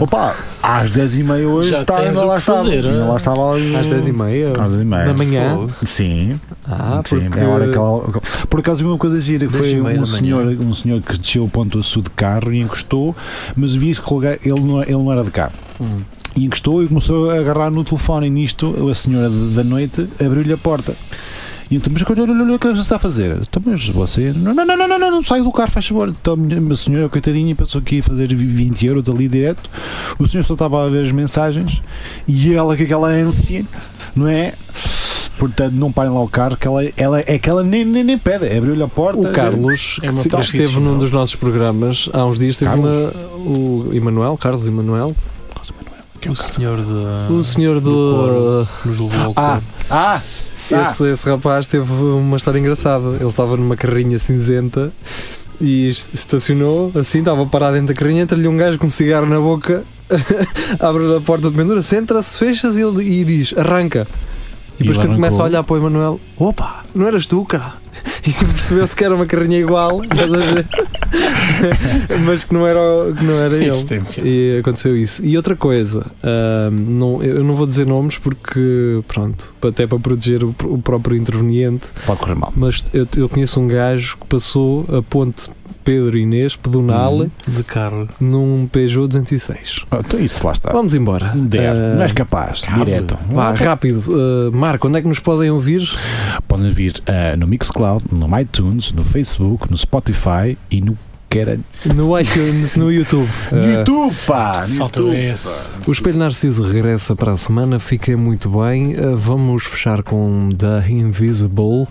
S3: Opa, às 10h30 hoje
S4: Já
S3: está,
S4: tens
S3: ainda
S4: o
S3: lá
S4: que
S3: estava.
S4: fazer,
S3: Ainda
S4: é?
S3: lá estava ali.
S2: às 10h30
S3: Às 10h30.
S2: da manhã.
S3: Sim,
S2: Ah,
S3: sim,
S2: porque
S3: é a hora que ela- Por acaso vi uma coisa gira que foi
S5: 10h30 da
S3: um
S5: manhã.
S3: senhor, um senhor que desceu o ponto sul de carro e encostou, mas vi que o gajo- ele não, ele não era de carro.
S4: Hum.
S3: E encostou e começou a agarrar no telefone. E nisto, a senhora de- da noite abriu-lhe a porta. E então, mas olha, olha, olha, o que é que você está a fazer? Então, mas você. Não, não, não, não, não, não, não sai do carro, faz favor. Então, a senhora, coitadinha, passou aqui a fazer 20 euros ali direto. O senhor só estava a ver as mensagens e ela, com aquela ânsia, não é? Portanto, não parem lá o carro, que ela, ela, é que ela nem, nem, nem pede, abriu-lhe a porta.
S2: O Carlos,
S4: É uma
S2: que esteve
S4: profissional.
S2: num dos nossos programas há uns dias, teve
S3: Carlos?
S2: uma- o Emanuel, Carlos Emanuel,
S3: é
S5: O senhor de.
S2: o senhor do.
S5: Ah, do Nos levou ao
S3: Ah,
S5: coro.
S3: ah, ah.
S2: esse, esse rapaz teve uma história engraçada. Ele estava numa carrinha cinzenta e est- estacionou, assim, estava parado dentro da carrinha, entra-lhe um gajo com um cigarro na boca abre a porta de pendura, entra-se, fechas e ele e diz: arranca. E depois
S3: ele
S2: quando começa a
S3: arrancou.
S2: olhar para o Emanuel, opa, não eras tu, cara? E percebeu-se que era uma carrinha igual, estás a ver? mas que não era, o- que não era ele.
S4: Isso tem que-
S2: E aconteceu isso. E outra coisa, ahm, não, eu não vou dizer nomes porque, pronto, até para proteger o, pr- o próprio interveniente,
S3: Pode correr mal.
S2: mas eu, eu conheço um gajo que passou a ponte Pedro Inês, pedonal,
S5: De carro.
S2: num Peugeot 206.
S3: Ah, Então isso lá está.
S2: Vamos embora.
S3: Der,
S2: Ah,
S3: não és capaz, direto.
S2: Vá, rápido. Ah, Marco, onde é que nos podem ouvir?
S3: Podem vir ah, no Mixcloud, no iTunes, no Facebook, no Spotify e no caralho.
S2: No iTunes, no YouTube. Ah,
S3: YouTube, pá!
S4: Falta
S3: YouTube,
S4: esse.
S2: O Espelho Narciso regressa para a semana, fiquem muito bem. Uh, Vamos fechar com The Invisible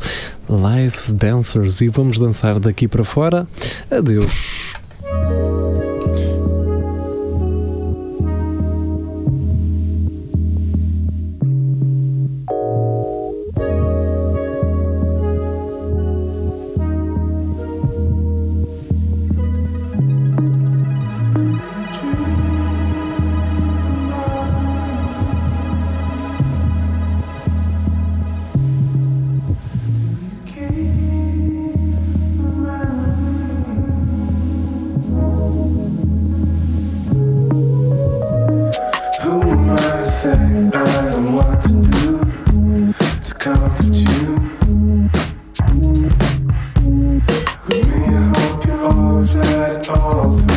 S2: Lives Dancers e vamos dançar daqui para fora. Adeus.
S7: Who am I to say I know what to do to comfort you? Let me hope you always let it all through.